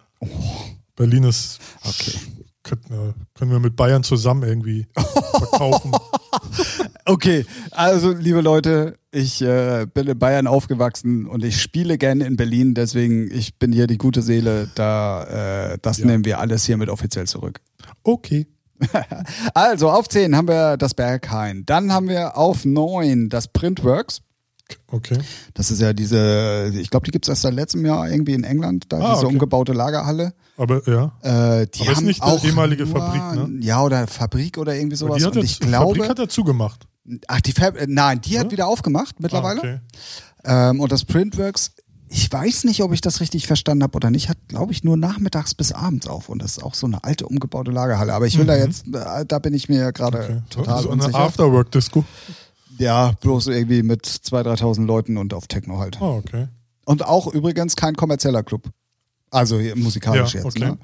B: Berlin ist.
A: Okay.
B: Könnten wir, können wir mit Bayern zusammen irgendwie verkaufen.
A: Okay, also liebe Leute, ich äh, bin in Bayern aufgewachsen und ich spiele gerne in Berlin. Deswegen, ich bin hier die gute Seele. Da, äh, das
B: Ja.
A: nehmen wir alles hiermit offiziell zurück.
B: Okay.
A: Also auf 10 haben wir das Berghain. Dann haben wir auf 9 das Printworks.
B: Okay.
A: Das ist ja diese, ich glaube, die gibt es erst seit letztem Jahr irgendwie in England, da
B: Ah,
A: diese
B: okay.
A: umgebaute Lagerhalle.
B: Aber ja.
A: Äh, die
B: Aber ist
A: haben
B: nicht eine
A: auch
B: ehemalige
A: nur,
B: Fabrik, ne?
A: Ja, oder Fabrik oder irgendwie sowas.
B: Aber Die hat
A: und
B: jetzt,
A: ich glaube,
B: Fabrik hat dazu gemacht. Ah,
A: ach, die Fab äh, nein, die hat
B: Ja?
A: wieder aufgemacht mittlerweile.
B: Ah, okay.
A: ähm, und das Printworks ich weiß nicht, ob ich das richtig verstanden habe oder nicht, hat, glaube ich, nur nachmittags bis abends auf. Und das ist auch so eine alte, umgebaute Lagerhalle. Aber ich will da jetzt, äh, da bin ich mir gerade
B: Mhm. Okay.
A: total
B: so eine
A: unsicher.
B: Afterwork-Disco.
A: ja, bloß irgendwie mit 2.000, 3.000 Leuten und auf Techno halt.
B: Ah, okay.
A: Und auch übrigens kein kommerzieller Club. Also hier musikalisch
B: Ja,
A: jetzt.
B: okay.
A: Ne?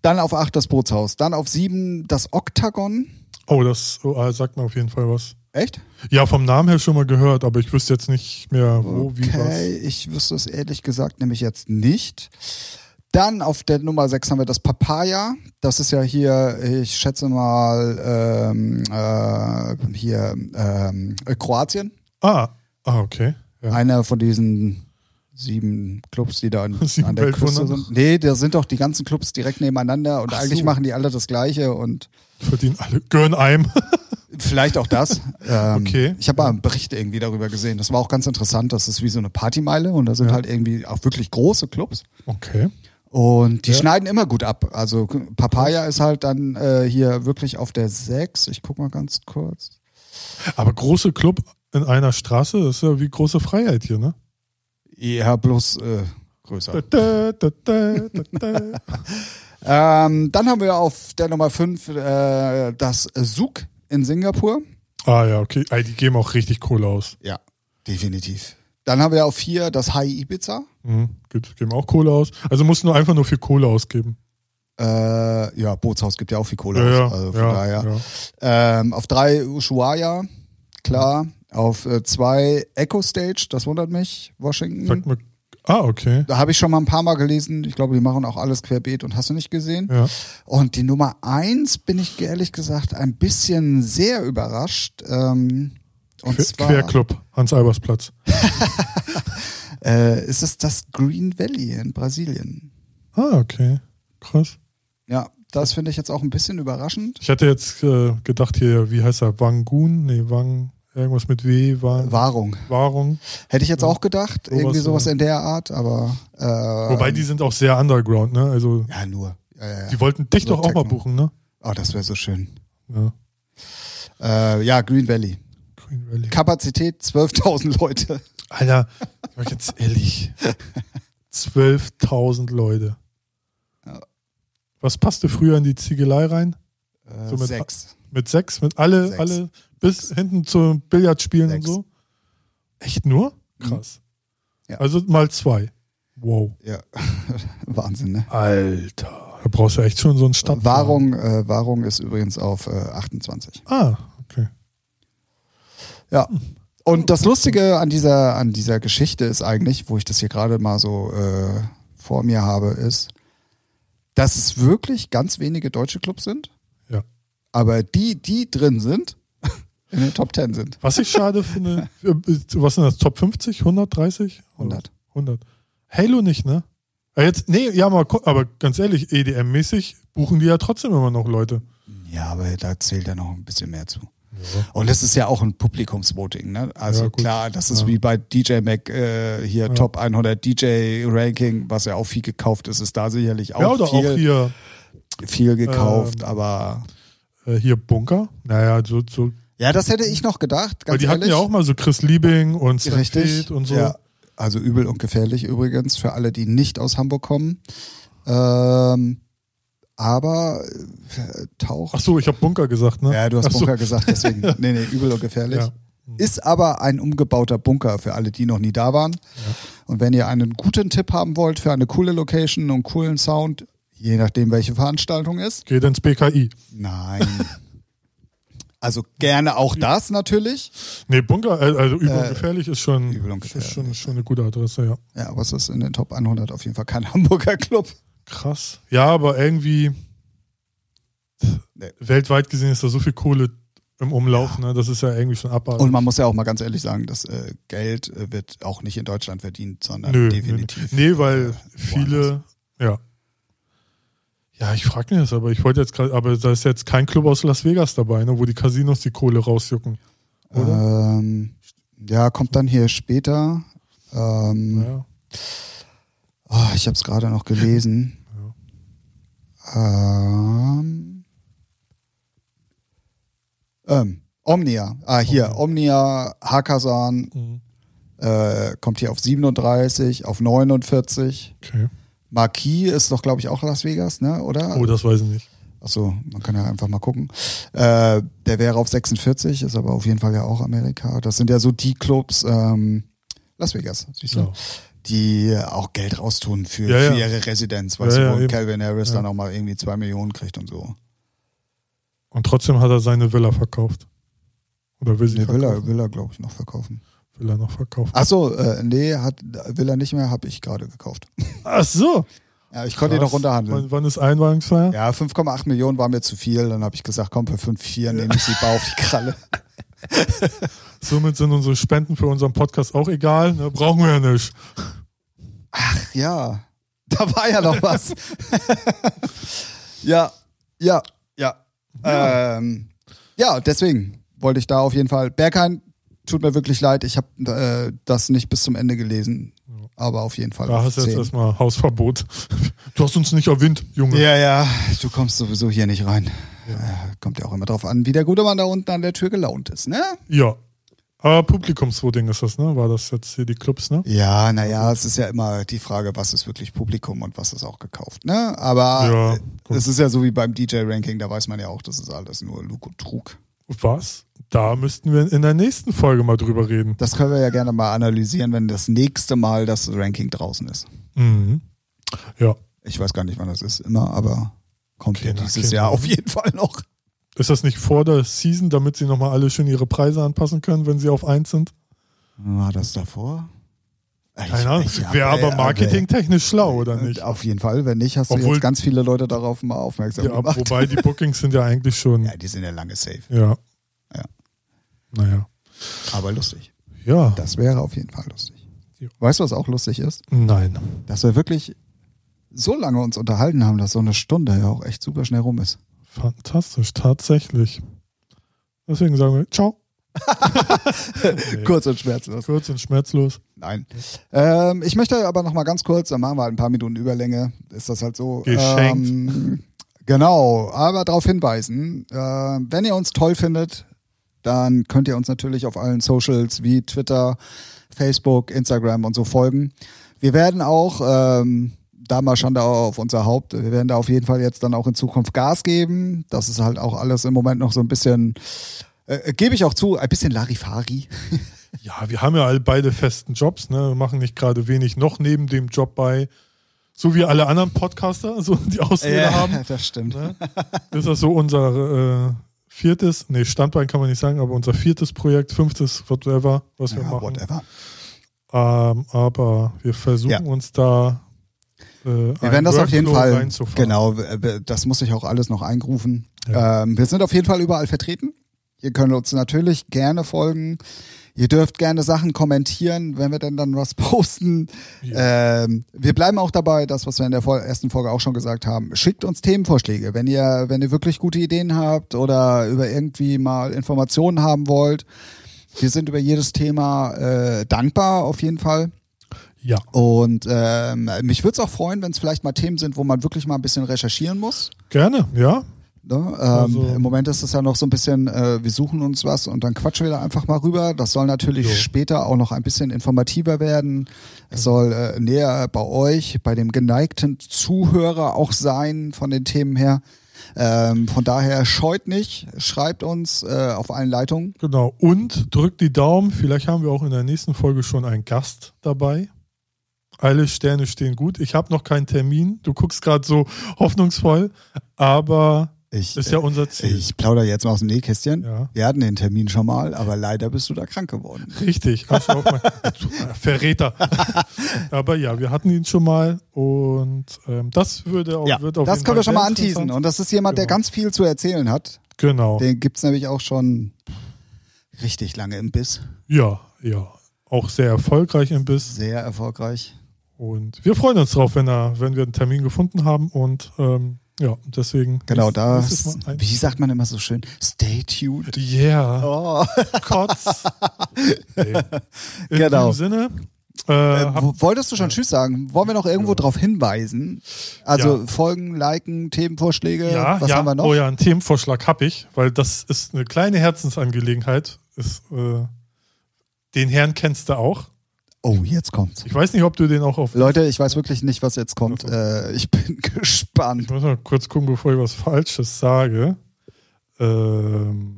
A: Dann auf 8 das Bootshaus. Dann auf 7 das Oktagon.
B: Oh, das oh, ah, sagt mir auf jeden Fall was.
A: Echt?
B: Ja, vom Namen her schon mal gehört, aber ich wüsste jetzt nicht mehr, wo, wie, was.
A: Okay, ich wüsste es ehrlich gesagt nämlich jetzt nicht. Dann auf der Nummer 6 haben wir das Papaya. Das ist ja hier, ich schätze mal, ähm, äh, hier ähm, äh, Kroatien.
B: Ah, ah okay. Ja.
A: Einer von diesen sieben Clubs, die da an,
B: Sieben
A: an der Küste
B: Weltwunder.
A: sind. Nee, da sind doch die ganzen Clubs direkt nebeneinander und
B: Ach
A: eigentlich
B: so.
A: machen die alle das Gleiche und
B: Verdienen alle. Gönn einem.
A: Vielleicht auch das. ähm,
B: Okay.
A: Ich habe mal einen Bericht irgendwie darüber gesehen. Das war auch ganz interessant. Das ist wie so eine Partymeile und da sind halt irgendwie auch wirklich große Clubs.
B: Okay.
A: Und die
B: Ja.
A: schneiden immer gut ab. Also K- Papaya ist halt dann äh, hier wirklich auf der 6. Ich guck mal ganz kurz.
B: Aber große Club in einer Straße, das ist ja wie große Freiheit hier, ne?
A: Ja, bloß äh, größer.
B: Da, da, da, da, da.
A: Ähm, dann haben wir auf der Nummer 5 äh, das Suk in Singapur.
B: ah ja, okay. Ey, die geben auch richtig Kohle aus.
A: Ja, definitiv. Dann haben wir auf 4 das High Ibiza.
B: Mhm. Gut, geben auch Kohle aus. Also musst du nur einfach nur viel Kohle ausgeben.
A: Äh, ja, Bootshaus gibt ja auch viel Kohle
B: ja,
A: aus.
B: ja,
A: Also von
B: ja,
A: daher.
B: ja.
A: Ähm, auf drei Ushuaia, klar. Auf äh, zwei Echo Stage, das wundert mich, Washington.
B: Sagt mir, ah, okay.
A: Da habe ich schon mal ein paar Mal gelesen. Ich glaube, die machen auch alles querbeet und hast du nicht gesehen.
B: Ja.
A: Und die Nummer eins bin ich ehrlich gesagt ein bisschen sehr überrascht. Ähm, und
B: Quer-
A: zwar
B: Querclub, Hans-Albers-Platz.
A: Äh, ist es das Green Valley in Brasilien.
B: Ah, okay. Krass.
A: Ja, das finde ich jetzt auch ein bisschen überraschend.
B: Ich hatte jetzt äh, gedacht hier, wie heißt er? Wangun? Nee, Wang, irgendwas mit W, Wang,
A: Wahrung.
B: Wahrung.
A: Hätte ich jetzt auch gedacht,
B: Sowas,
A: irgendwie sowas
B: ja.
A: in der Art, aber äh,
B: Wobei die sind auch sehr underground, ne? Also
A: ja nur. Ja, ja, ja.
B: die wollten dich
A: Nur
B: doch auch mal
A: Techno.
B: buchen, ne?
A: Oh, das wäre so schön.
B: Ja.
A: Äh, ja, Green Valley.
B: Green Valley.
A: Kapazität 12.000 Leute.
B: Alter, ich mach jetzt ehrlich. 12.000 Leute.
A: Ja.
B: Was passte früher in die Ziegelei rein?
A: Äh,
B: So mit-
A: sechs.
B: Mit sechs, mit alle,
A: Sechs.
B: alle, bis hinten zum Billardspielen
A: Sechs. Mhm.
B: und so? Echt nur? Krass.
A: Ja.
B: Also mal zwei. Wow.
A: Ja, Wahnsinn, ne?
B: Alter. Da brauchst du echt schon so einen Stadt.
A: Wahrung, äh, Wahrung ist übrigens auf äh, 28.
B: Ah, okay.
A: Ja. Und das Lustige an dieser, an dieser Geschichte ist eigentlich, wo ich das hier gerade mal so äh, vor mir habe, ist, dass es wirklich ganz wenige deutsche Clubs sind,
B: Ja.
A: aber die, die drin sind, in den Top 10 sind.
B: Was ich schade finde, äh, was sind das? Top 50? 130?
A: 100.
B: 100. Halo nicht, ne? Ja, jetzt, nee, ja, mal, ko- aber ganz ehrlich, EDM-mäßig buchen die ja trotzdem immer noch Leute.
A: Ja, aber da zählt ja noch ein bisschen mehr zu.
B: Ja.
A: Und es ist ja auch ein Publikumsvoting, ne? Also
B: Ja, gut.
A: klar, das ist
B: Ja.
A: wie bei DJ Mac äh, hier
B: Ja.
A: Top 100 DJ Ranking, was ja auch viel gekauft ist, ist da sicherlich auch,
B: ja, oder
A: viel,
B: auch hier,
A: viel gekauft,
B: ähm,
A: aber
B: äh, hier Bunker. Naja, so, so.
A: ja, das hätte ich noch gedacht, ganz
B: Weil die
A: ehrlich.
B: hatten ja auch mal so Chris Liebing und Sven
A: richtig
B: Feth und so.
A: Ja. Also übel und gefährlich übrigens für alle, die nicht aus Hamburg kommen. Ähm, aber äh, taucht
B: Ach so, ich habe Bunker gesagt, ne?
A: Ja, du hast
B: Ach so.
A: Bunker gesagt, deswegen. nee, nee, übel und gefährlich.
B: Ja.
A: Ist aber ein umgebauter Bunker für alle, die noch nie da waren. Und wenn ihr einen guten Tipp haben wollt für eine coole Location und coolen Sound, je nachdem, welche Veranstaltung ist.
B: Geht ins BKI.
A: Nein. also gerne auch das natürlich.
B: Nee, Bunker, äh, also übel und gefährlich ist schon,
A: Übel und
B: ist schon, schon eine gute Adresse, ja.
A: Ja, aber es ist in den Top 100 auf jeden Fall kein Hamburger Club.
B: Krass. Ja, aber irgendwie
A: Nee.
B: weltweit gesehen ist da so viel Kohle im Umlauf, ne? Das ist ja irgendwie schon abartig.
A: Und man muss ja auch mal ganz ehrlich sagen, das äh, Geld äh, wird auch nicht in Deutschland verdient, sondern
B: Nö, nö, nö.
A: definitiv.
B: Nee, weil
A: äh, woanders.
B: viele, ja. Ja, ich frage mich das, aber ich wollte jetzt gerade, aber da ist jetzt kein Club aus Las Vegas dabei, ne, wo die Casinos die Kohle rausjucken. Oder?
A: Ähm, ja, kommt dann hier später. Ähm,
B: Naja.
A: Ah, ich habe es gerade noch gelesen. Ähm, ähm, Omnia. Ah, hier, Omnia, Hakazan,
B: Mhm.
A: äh, kommt hier auf 37, auf 49.
B: Okay.
A: Marquis ist doch, glaube ich, auch Las Vegas, ne? Oder?
B: Oh, das weiß ich nicht.
A: Achso, man kann ja einfach mal gucken. Äh, der wäre auf 46, ist aber auf jeden Fall ja auch Amerika. Das sind ja so die Clubs, ähm, Las Vegas, siehst du?
B: Ja.
A: Die auch Geld raustun für,
B: Ja, ja.
A: für ihre Residenz, weißt
B: Ja,
A: du,
B: ja,
A: wo
B: eben.
A: Calvin Harris
B: Ja.
A: dann auch mal irgendwie zwei Millionen kriegt und so.
B: Und trotzdem hat er seine Villa verkauft. Oder will sie
A: Nee, will
B: verkaufen?
A: er, will er glaube ich, noch verkaufen.
B: Will er noch verkaufen.
A: Achso, äh, nee, hat, will er nicht mehr, habe ich gerade gekauft.
B: Ach so.
A: Ja, ich konnte ihn noch runterhandeln.
B: Wann, wann ist Einweihungsfeier?
A: Ja, 5,8 Millionen war mir zu viel. Dann habe ich gesagt, komm, für 5,4 nehme ich die Bau auf die Kralle.
B: Somit sind unsere Spenden für unseren Podcast auch egal. Ne? Brauchen wir ja nicht.
A: Ach ja, da war ja noch was. ja, ja, ja. Ähm, ja, deswegen wollte ich da auf jeden Fall. Berghain, tut mir wirklich leid, ich habe äh, das nicht bis zum Ende gelesen. Aber auf jeden Fall.
B: Da
A: auf
B: hast du jetzt
A: 10.
B: erstmal Hausverbot. Du hast uns nicht erwähnt, Junge.
A: ja, ja, du kommst sowieso hier nicht rein. Äh, Kommt ja auch immer drauf an, wie der gute Mann da unten an der Tür gelaunt ist, ne?
B: Ja. Aber Publikumsvoting ist das, ne? War das jetzt hier die Clubs, ne?
A: Ja, naja, es ist ja immer die Frage, was ist wirklich Publikum und was ist auch gekauft, ne? Aber
B: Ja,
A: äh,
B: gut.
A: es ist ja so wie beim DJ-Ranking, da weiß man ja auch, das ist alles nur Lug und Trug.
B: Was? Da müssten wir in der nächsten Folge mal drüber reden.
A: Das können wir ja gerne mal analysieren, wenn das nächste Mal das Ranking draußen ist.
B: Mhm. Ja.
A: Ich weiß gar nicht, wann das ist, immer, aber kommt ja
B: Keiner,
A: dieses
B: keiner.
A: Jahr auf jeden Fall noch.
B: Ist das nicht vor der Season, damit sie nochmal alle schön ihre Preise anpassen können, wenn sie auf 1 sind?
A: War das davor? Ich-
B: Keine Ahnung.
A: ich hab-
B: Wäre
A: ey,
B: aber
A: aber-
B: marketingtechnisch schlau, oder nicht?
A: Auf jeden Fall, wenn nicht, hast du
B: Obwohl-
A: jetzt ganz viele Leute darauf mal aufmerksam
B: Ja,
A: gemacht.
B: wobei die Bookings sind ja eigentlich schon.
A: Ja, die sind ja lange safe,
B: Ja.
A: Ja.
B: Naja.
A: aber lustig.
B: Ja.
A: Das wäre auf jeden Fall lustig.
B: Ja.
A: Weißt du, was auch lustig ist?
B: Nein.
A: Dass wir wirklich so lange uns unterhalten haben, dass so eine Stunde ja auch echt super schnell rum ist.
B: Fantastisch, tatsächlich. Deswegen sagen wir Ciao. Nee,
A: Kurz und schmerzlos.
B: Kurz und schmerzlos.
A: Nein. Ähm, ich möchte aber noch mal ganz kurz, dann machen wir halt ein paar Minuten Überlänge. Ist das halt so.
B: Geschenkt.
A: Ähm, genau, aber darauf hinweisen, äh, wenn ihr uns toll findet, dann könnt ihr uns natürlich auf allen Socials wie Twitter, Facebook, Instagram und so folgen. Wir werden auch, ähm, da mal Schande auf unser Haupt, wir werden da auf jeden Fall jetzt dann auch in Zukunft Gas geben. Das ist halt auch alles im Moment noch so ein bisschen, äh, gebe ich auch zu, ein bisschen Larifari.
B: Ja, wir haben ja alle beide festen Jobs, ne? Wir machen nicht gerade wenig noch neben dem Job bei, so wie alle anderen Podcaster, so die Ausrede haben.
A: das stimmt.
B: Ne? Ist das so unser äh, viertes, nee, Standbein kann man nicht sagen, aber unser viertes Projekt, fünftes, whatever, was wir
A: Ja,
B: machen.
A: whatever.
B: Ähm, aber wir versuchen
A: Ja.
B: uns da. Äh,
A: Wir werden das auf jeden Fall,
B: Reinzufahren.
A: genau, äh, das muss ich auch alles noch eingrufen.
B: Ja.
A: Ähm, wir sind auf jeden Fall überall vertreten. Ihr könnt uns natürlich gerne folgen. Ihr dürft gerne Sachen kommentieren, wenn wir denn dann was posten. Ähm, wir bleiben auch dabei, das, was wir in der Vol- ersten Folge auch schon gesagt haben. Schickt uns Themenvorschläge, wenn ihr, wenn ihr wirklich gute Ideen habt oder über irgendwie mal Informationen haben wollt. Wir sind über jedes Thema äh, dankbar auf jeden Fall.
B: Ja.
A: Und ähm, mich würde es auch freuen, wenn es vielleicht mal Themen sind, wo man wirklich mal ein bisschen recherchieren muss.
B: Gerne, ja.
A: Ne? Ähm,
B: Also-
A: Im Moment ist es ja noch so ein bisschen, äh, wir suchen uns was und dann quatschen wir da einfach mal rüber. Das soll natürlich
B: Jo.
A: später auch noch ein bisschen informativer werden. Es soll äh, näher bei euch, bei dem geneigten Zuhörer auch sein von den Themen her. Ähm, von daher scheut nicht, schreibt uns äh, auf allen Leitungen.
B: Genau. Und drückt die Daumen. Vielleicht haben wir auch in der nächsten Folge schon einen Gast dabei. Alle Sterne stehen gut. Ich habe noch keinen Termin. Du guckst gerade so hoffnungsvoll, aber
A: Ich, äh,
B: ist ja unser Ziel.
A: ich plaudere jetzt mal aus dem Nähkästchen.
B: Ja.
A: Wir hatten den Termin schon mal, aber leider bist du da krank geworden.
B: Richtig. Arsch auf mein- Verräter. aber ja, wir hatten ihn schon mal und ähm, das würde auch,
A: Ja,
B: wird auf
A: das
B: jeden
A: können wir
B: Fall
A: schon mal
B: sehr
A: anteasen.
B: interessant.
A: Und das ist jemand, der
B: Genau.
A: ganz viel zu erzählen hat.
B: Genau.
A: Den gibt's nämlich auch schon richtig lange im Biss.
B: Ja, ja. Auch sehr erfolgreich im Biss.
A: Sehr erfolgreich.
B: Und wir freuen uns drauf, wenn, er, wenn wir einen Termin gefunden haben. Und ähm, ja, deswegen.
A: Genau, da.
B: nächstes Mal ein-
A: Wie sagt man immer so schön? Stay tuned.
B: Yeah,
A: Oh.
B: Kotz. Nee. In
A: Genau. Ähm,
B: diesem Sinne. Äh, hab,
A: Wo- Wolltest du schon Tschüss sagen? Wollen wir noch irgendwo
B: Ja.
A: drauf hinweisen? Also
B: Ja.
A: Folgen, Liken, Themenvorschläge.
B: ja,
A: Äh, was
B: ja.
A: haben wir noch?
B: Oh ja, einen Themenvorschlag habe ich, weil das ist eine kleine Herzensangelegenheit. Ist, äh, den Herrn kennst du auch.
A: Oh, jetzt kommt's.
B: Ich weiß nicht, ob du den auch auf.
A: Leute, ich weiß wirklich nicht, was jetzt kommt. Äh, ich bin gespannt.
B: Ich muss mal kurz gucken, bevor ich was Falsches sage. Ähm,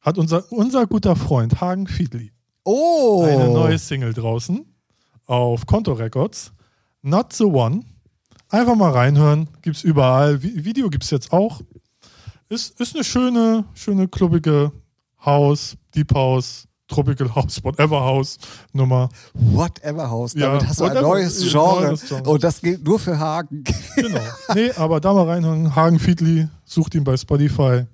B: hat unser, unser guter Freund Hagen Fiedli
A: Oh!
B: eine neue Single draußen auf Konto Records. Not the One. Einfach mal reinhören. Gibt's überall. Vi- Video gibt's jetzt auch. Ist, ist eine schöne, schöne, klubbige House, Deep House, Tropical House, Whatever House Nummer.
A: Whatever House.
B: Ja,
A: Damit hast du ein
B: whatever-
A: neues
B: ein
A: Genre.
B: neues Genre.
A: Und das gilt nur für Hagen.
B: Genau. Nee, aber da mal reinhören. Hagen Fiedli, sucht ihn bei Spotify.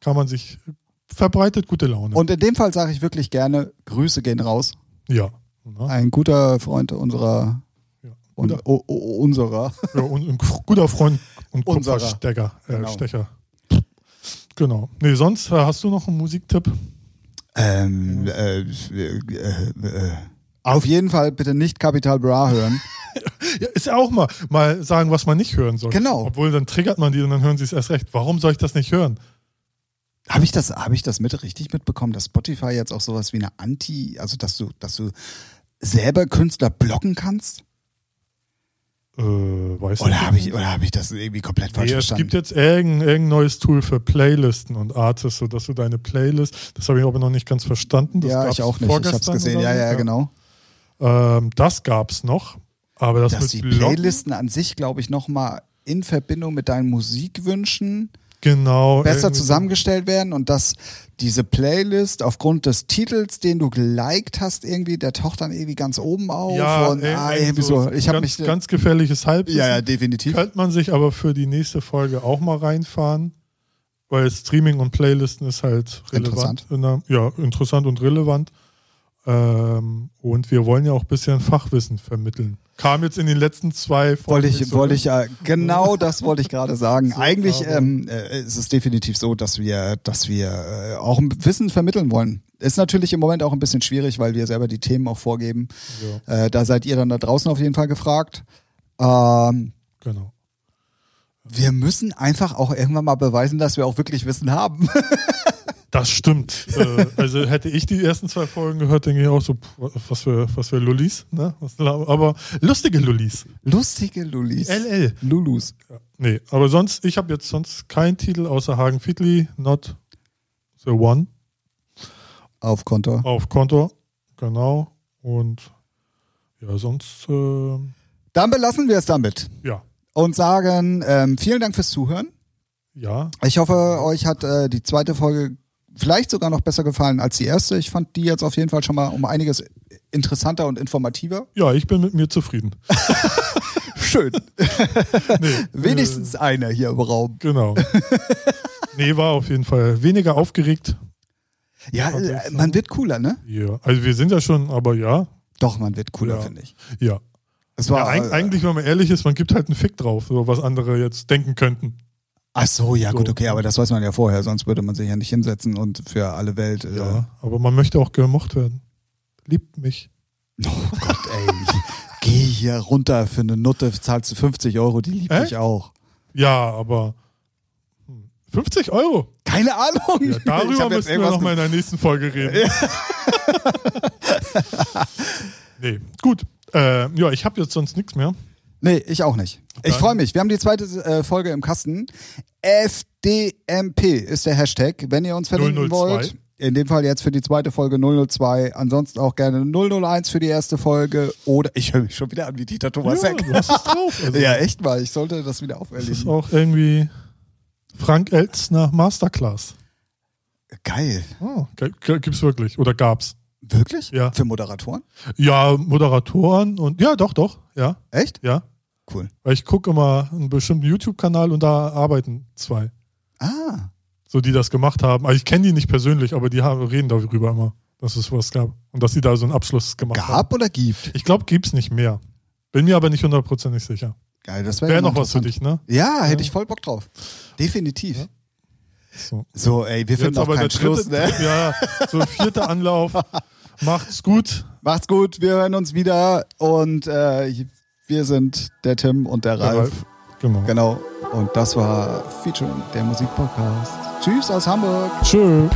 B: Kann man sich verbreitet gute Laune.
A: Und in dem Fall sage ich wirklich gerne, Grüße gehen raus.
B: ja. Ne?
A: Ein guter Freund unserer
B: Ja.
A: und, o, o, unserer.
B: Ja, und ein f- guter Freund und
A: Unserer.
B: Kupferstecker, äh,
A: Genau.
B: Stecher. Genau. Nee, sonst äh, hast du noch einen Musiktipp?
A: Ähm, äh, äh, äh, auf jeden Fall bitte nicht Capital Bra hören.
B: Ja, ist ja auch mal, mal sagen, was man nicht hören soll.
A: Genau.
B: Obwohl, dann triggert man die und dann hören sie es erst recht. Warum soll ich das nicht hören?
A: Habe ich das, habe ich das mit richtig mitbekommen, dass Spotify jetzt auch sowas wie eine Anti, also dass du, dass du selber Künstler blocken kannst?
B: Äh, weiß
A: Oder
B: nicht.
A: habe ich, oder habe ich das irgendwie komplett falsch
B: Nee, es
A: verstanden?
B: gibt jetzt irgendein, irgendein neues Tool für Playlisten und Artists, sodass du deine Playlist, das habe ich aber noch nicht ganz verstanden. Das
A: ja,
B: gab's
A: ich auch nicht. Ich habe es
B: vorgestern
A: gesehen.
B: oder
A: Ja,
B: so,
A: ja, genau.
B: Ähm, das gab es noch, aber das
A: Dass
B: mit
A: die
B: Blocken-
A: Playlisten an sich, glaube ich, nochmal in Verbindung mit deinen Musikwünschen
B: genau,
A: besser
B: irgendwie-
A: zusammengestellt werden und dass diese Playlist aufgrund des Titels, den du geliked hast, irgendwie, der taucht dann irgendwie ganz oben auf. und,
B: ey,
A: ah,
B: ey,
A: irgendwie so. Ich habe
B: ganz,
A: mich.
B: ganz gefährliches Halbwissen.
A: ja, ja, definitiv.
B: Könnte man sich aber für die nächste Folge auch mal reinfahren, weil Streaming und Playlisten ist halt
A: Interessant.
B: relevant. In der, ja, interessant und relevant. Ähm, und wir wollen ja auch ein bisschen Fachwissen vermitteln. Kam jetzt in den letzten zwei Folgen.
A: Wollte
B: nicht
A: ich,
B: so
A: wollte ich ja, genau das wollte ich gerade sagen. Eigentlich
B: aber-
A: ähm, äh, ist es definitiv so, dass wir, dass wir äh, auch Wissen vermitteln wollen. Ist natürlich im Moment auch ein bisschen schwierig, weil wir selber die Themen auch vorgeben.
B: Ja,
A: Äh, da seid ihr dann da draußen auf jeden Fall gefragt. Ähm,
B: genau.
A: wir müssen einfach auch irgendwann mal beweisen, dass wir auch wirklich Wissen haben.
B: Das stimmt. äh, also hätte ich die ersten zwei Folgen gehört, denke ich auch so, pff, was für, was für Lullis. Ne? Was, laber- aber lustige Lullis.
A: Lustige Lulis.
B: LL.
A: Lulus.
B: Nee, aber sonst, ich habe jetzt sonst keinen Titel außer Hagen Fiedli, Not the One
A: Auf Konto.
B: auf Konto. Genau. Und ja, sonst, äh,
A: Dann belassen wir es damit
B: ja,
A: und sagen ähm, vielen Dank fürs Zuhören.
B: ja,
A: Ich hoffe, euch hat äh, die zweite Folge vielleicht sogar noch besser gefallen als die erste. Ich fand die jetzt auf jeden Fall schon mal um einiges interessanter und informativer.
B: ja, ich bin mit mir zufrieden.
A: Schön.
B: Nee,
A: Wenigstens einer hier im Raum.
B: Äh, genau. nee, war auf jeden Fall weniger aufgeregt.
A: Ja,
B: auf jeden
A: äh,
B: Fall.
A: man wird cooler, ne?
B: Ja, also wir sind ja schon, aber ja,
A: Doch, man wird cooler,
B: Ja.
A: finde ich.
B: ja.
A: Es
B: ja
A: war,
B: eig
A: äh,
B: eigentlich, wenn man ehrlich ist, man gibt halt einen Fick drauf, so was andere jetzt denken könnten.
A: äh, ach so, ja gut,
B: So.
A: okay, aber das weiß man ja vorher, sonst würde man sich ja nicht hinsetzen und für alle Welt. Äh,
B: Ja, aber man möchte auch gemocht werden. Liebt mich.
A: Oh Gott, ey. ich Geh hier runter für eine Nutte, zahlst du 50 Euro, die liebt
B: Echt?
A: dich auch.
B: Ja, aber hm, 50 Euro.
A: Keine Ahnung.
B: Ja,
A: Ich
B: darüber
A: hab jetzt
B: müssen wir
A: irgendwas
B: nochmal in der nächsten Folge reden. nee, gut. Äh, ja, ich habe jetzt sonst nichts mehr.
A: Nee, ich auch nicht. Ich
B: Dann-
A: freue mich. Wir haben die zweite äh, Folge im Kasten. FDMP ist der Hashtag. Wenn ihr uns verlinken
B: 002.
A: wollt, in dem Fall jetzt für die zweite Folge 002, ansonsten auch gerne 001 für die erste Folge oder ich höre mich schon wieder an wie Dieter Thomas
B: ja,
A: Heck.
B: du hast es drauf. Also,
A: Ja, echt mal. Ich sollte das wieder
B: Das ist
A: auferlegen.
B: auch irgendwie Frank Elzner Masterclass.
A: Geil.
B: Oh, ge- ge- gibt's wirklich. Oder gab's.
A: Wirklich?
B: Ja.
A: Für Moderatoren?
B: Ja, Moderatoren und ja, doch, doch. Ja,
A: Echt?
B: ja.
A: Cool.
B: Weil ich gucke immer einen bestimmten YouTube-Kanal und da arbeiten zwei,
A: Ah.
B: so die das gemacht haben. Also ich kenne die nicht persönlich, aber die haben, reden darüber immer, dass es was gab. Und dass sie da so einen Abschluss gemacht haben.
A: Gab oder gibt?
B: Ich glaube, gibt's nicht mehr. Bin mir aber nicht hundertprozentig sicher.
A: Geil, das wäre
B: Wäre noch was für dich, ne?
A: Ja, hätte
B: Ja.
A: ich voll Bock drauf. Definitiv.
B: So.
A: So, ey, wir finden auch keinen Schluss, ne?
B: ja, so vierter Anlauf. Macht's gut.
A: Macht's gut, wir hören uns wieder und äh, wir sind der Tim und der Ralf.
B: Genau.
A: Genau. Und das war Featuring der Musikpodcast. Tschüss aus Hamburg.
B: Tschö.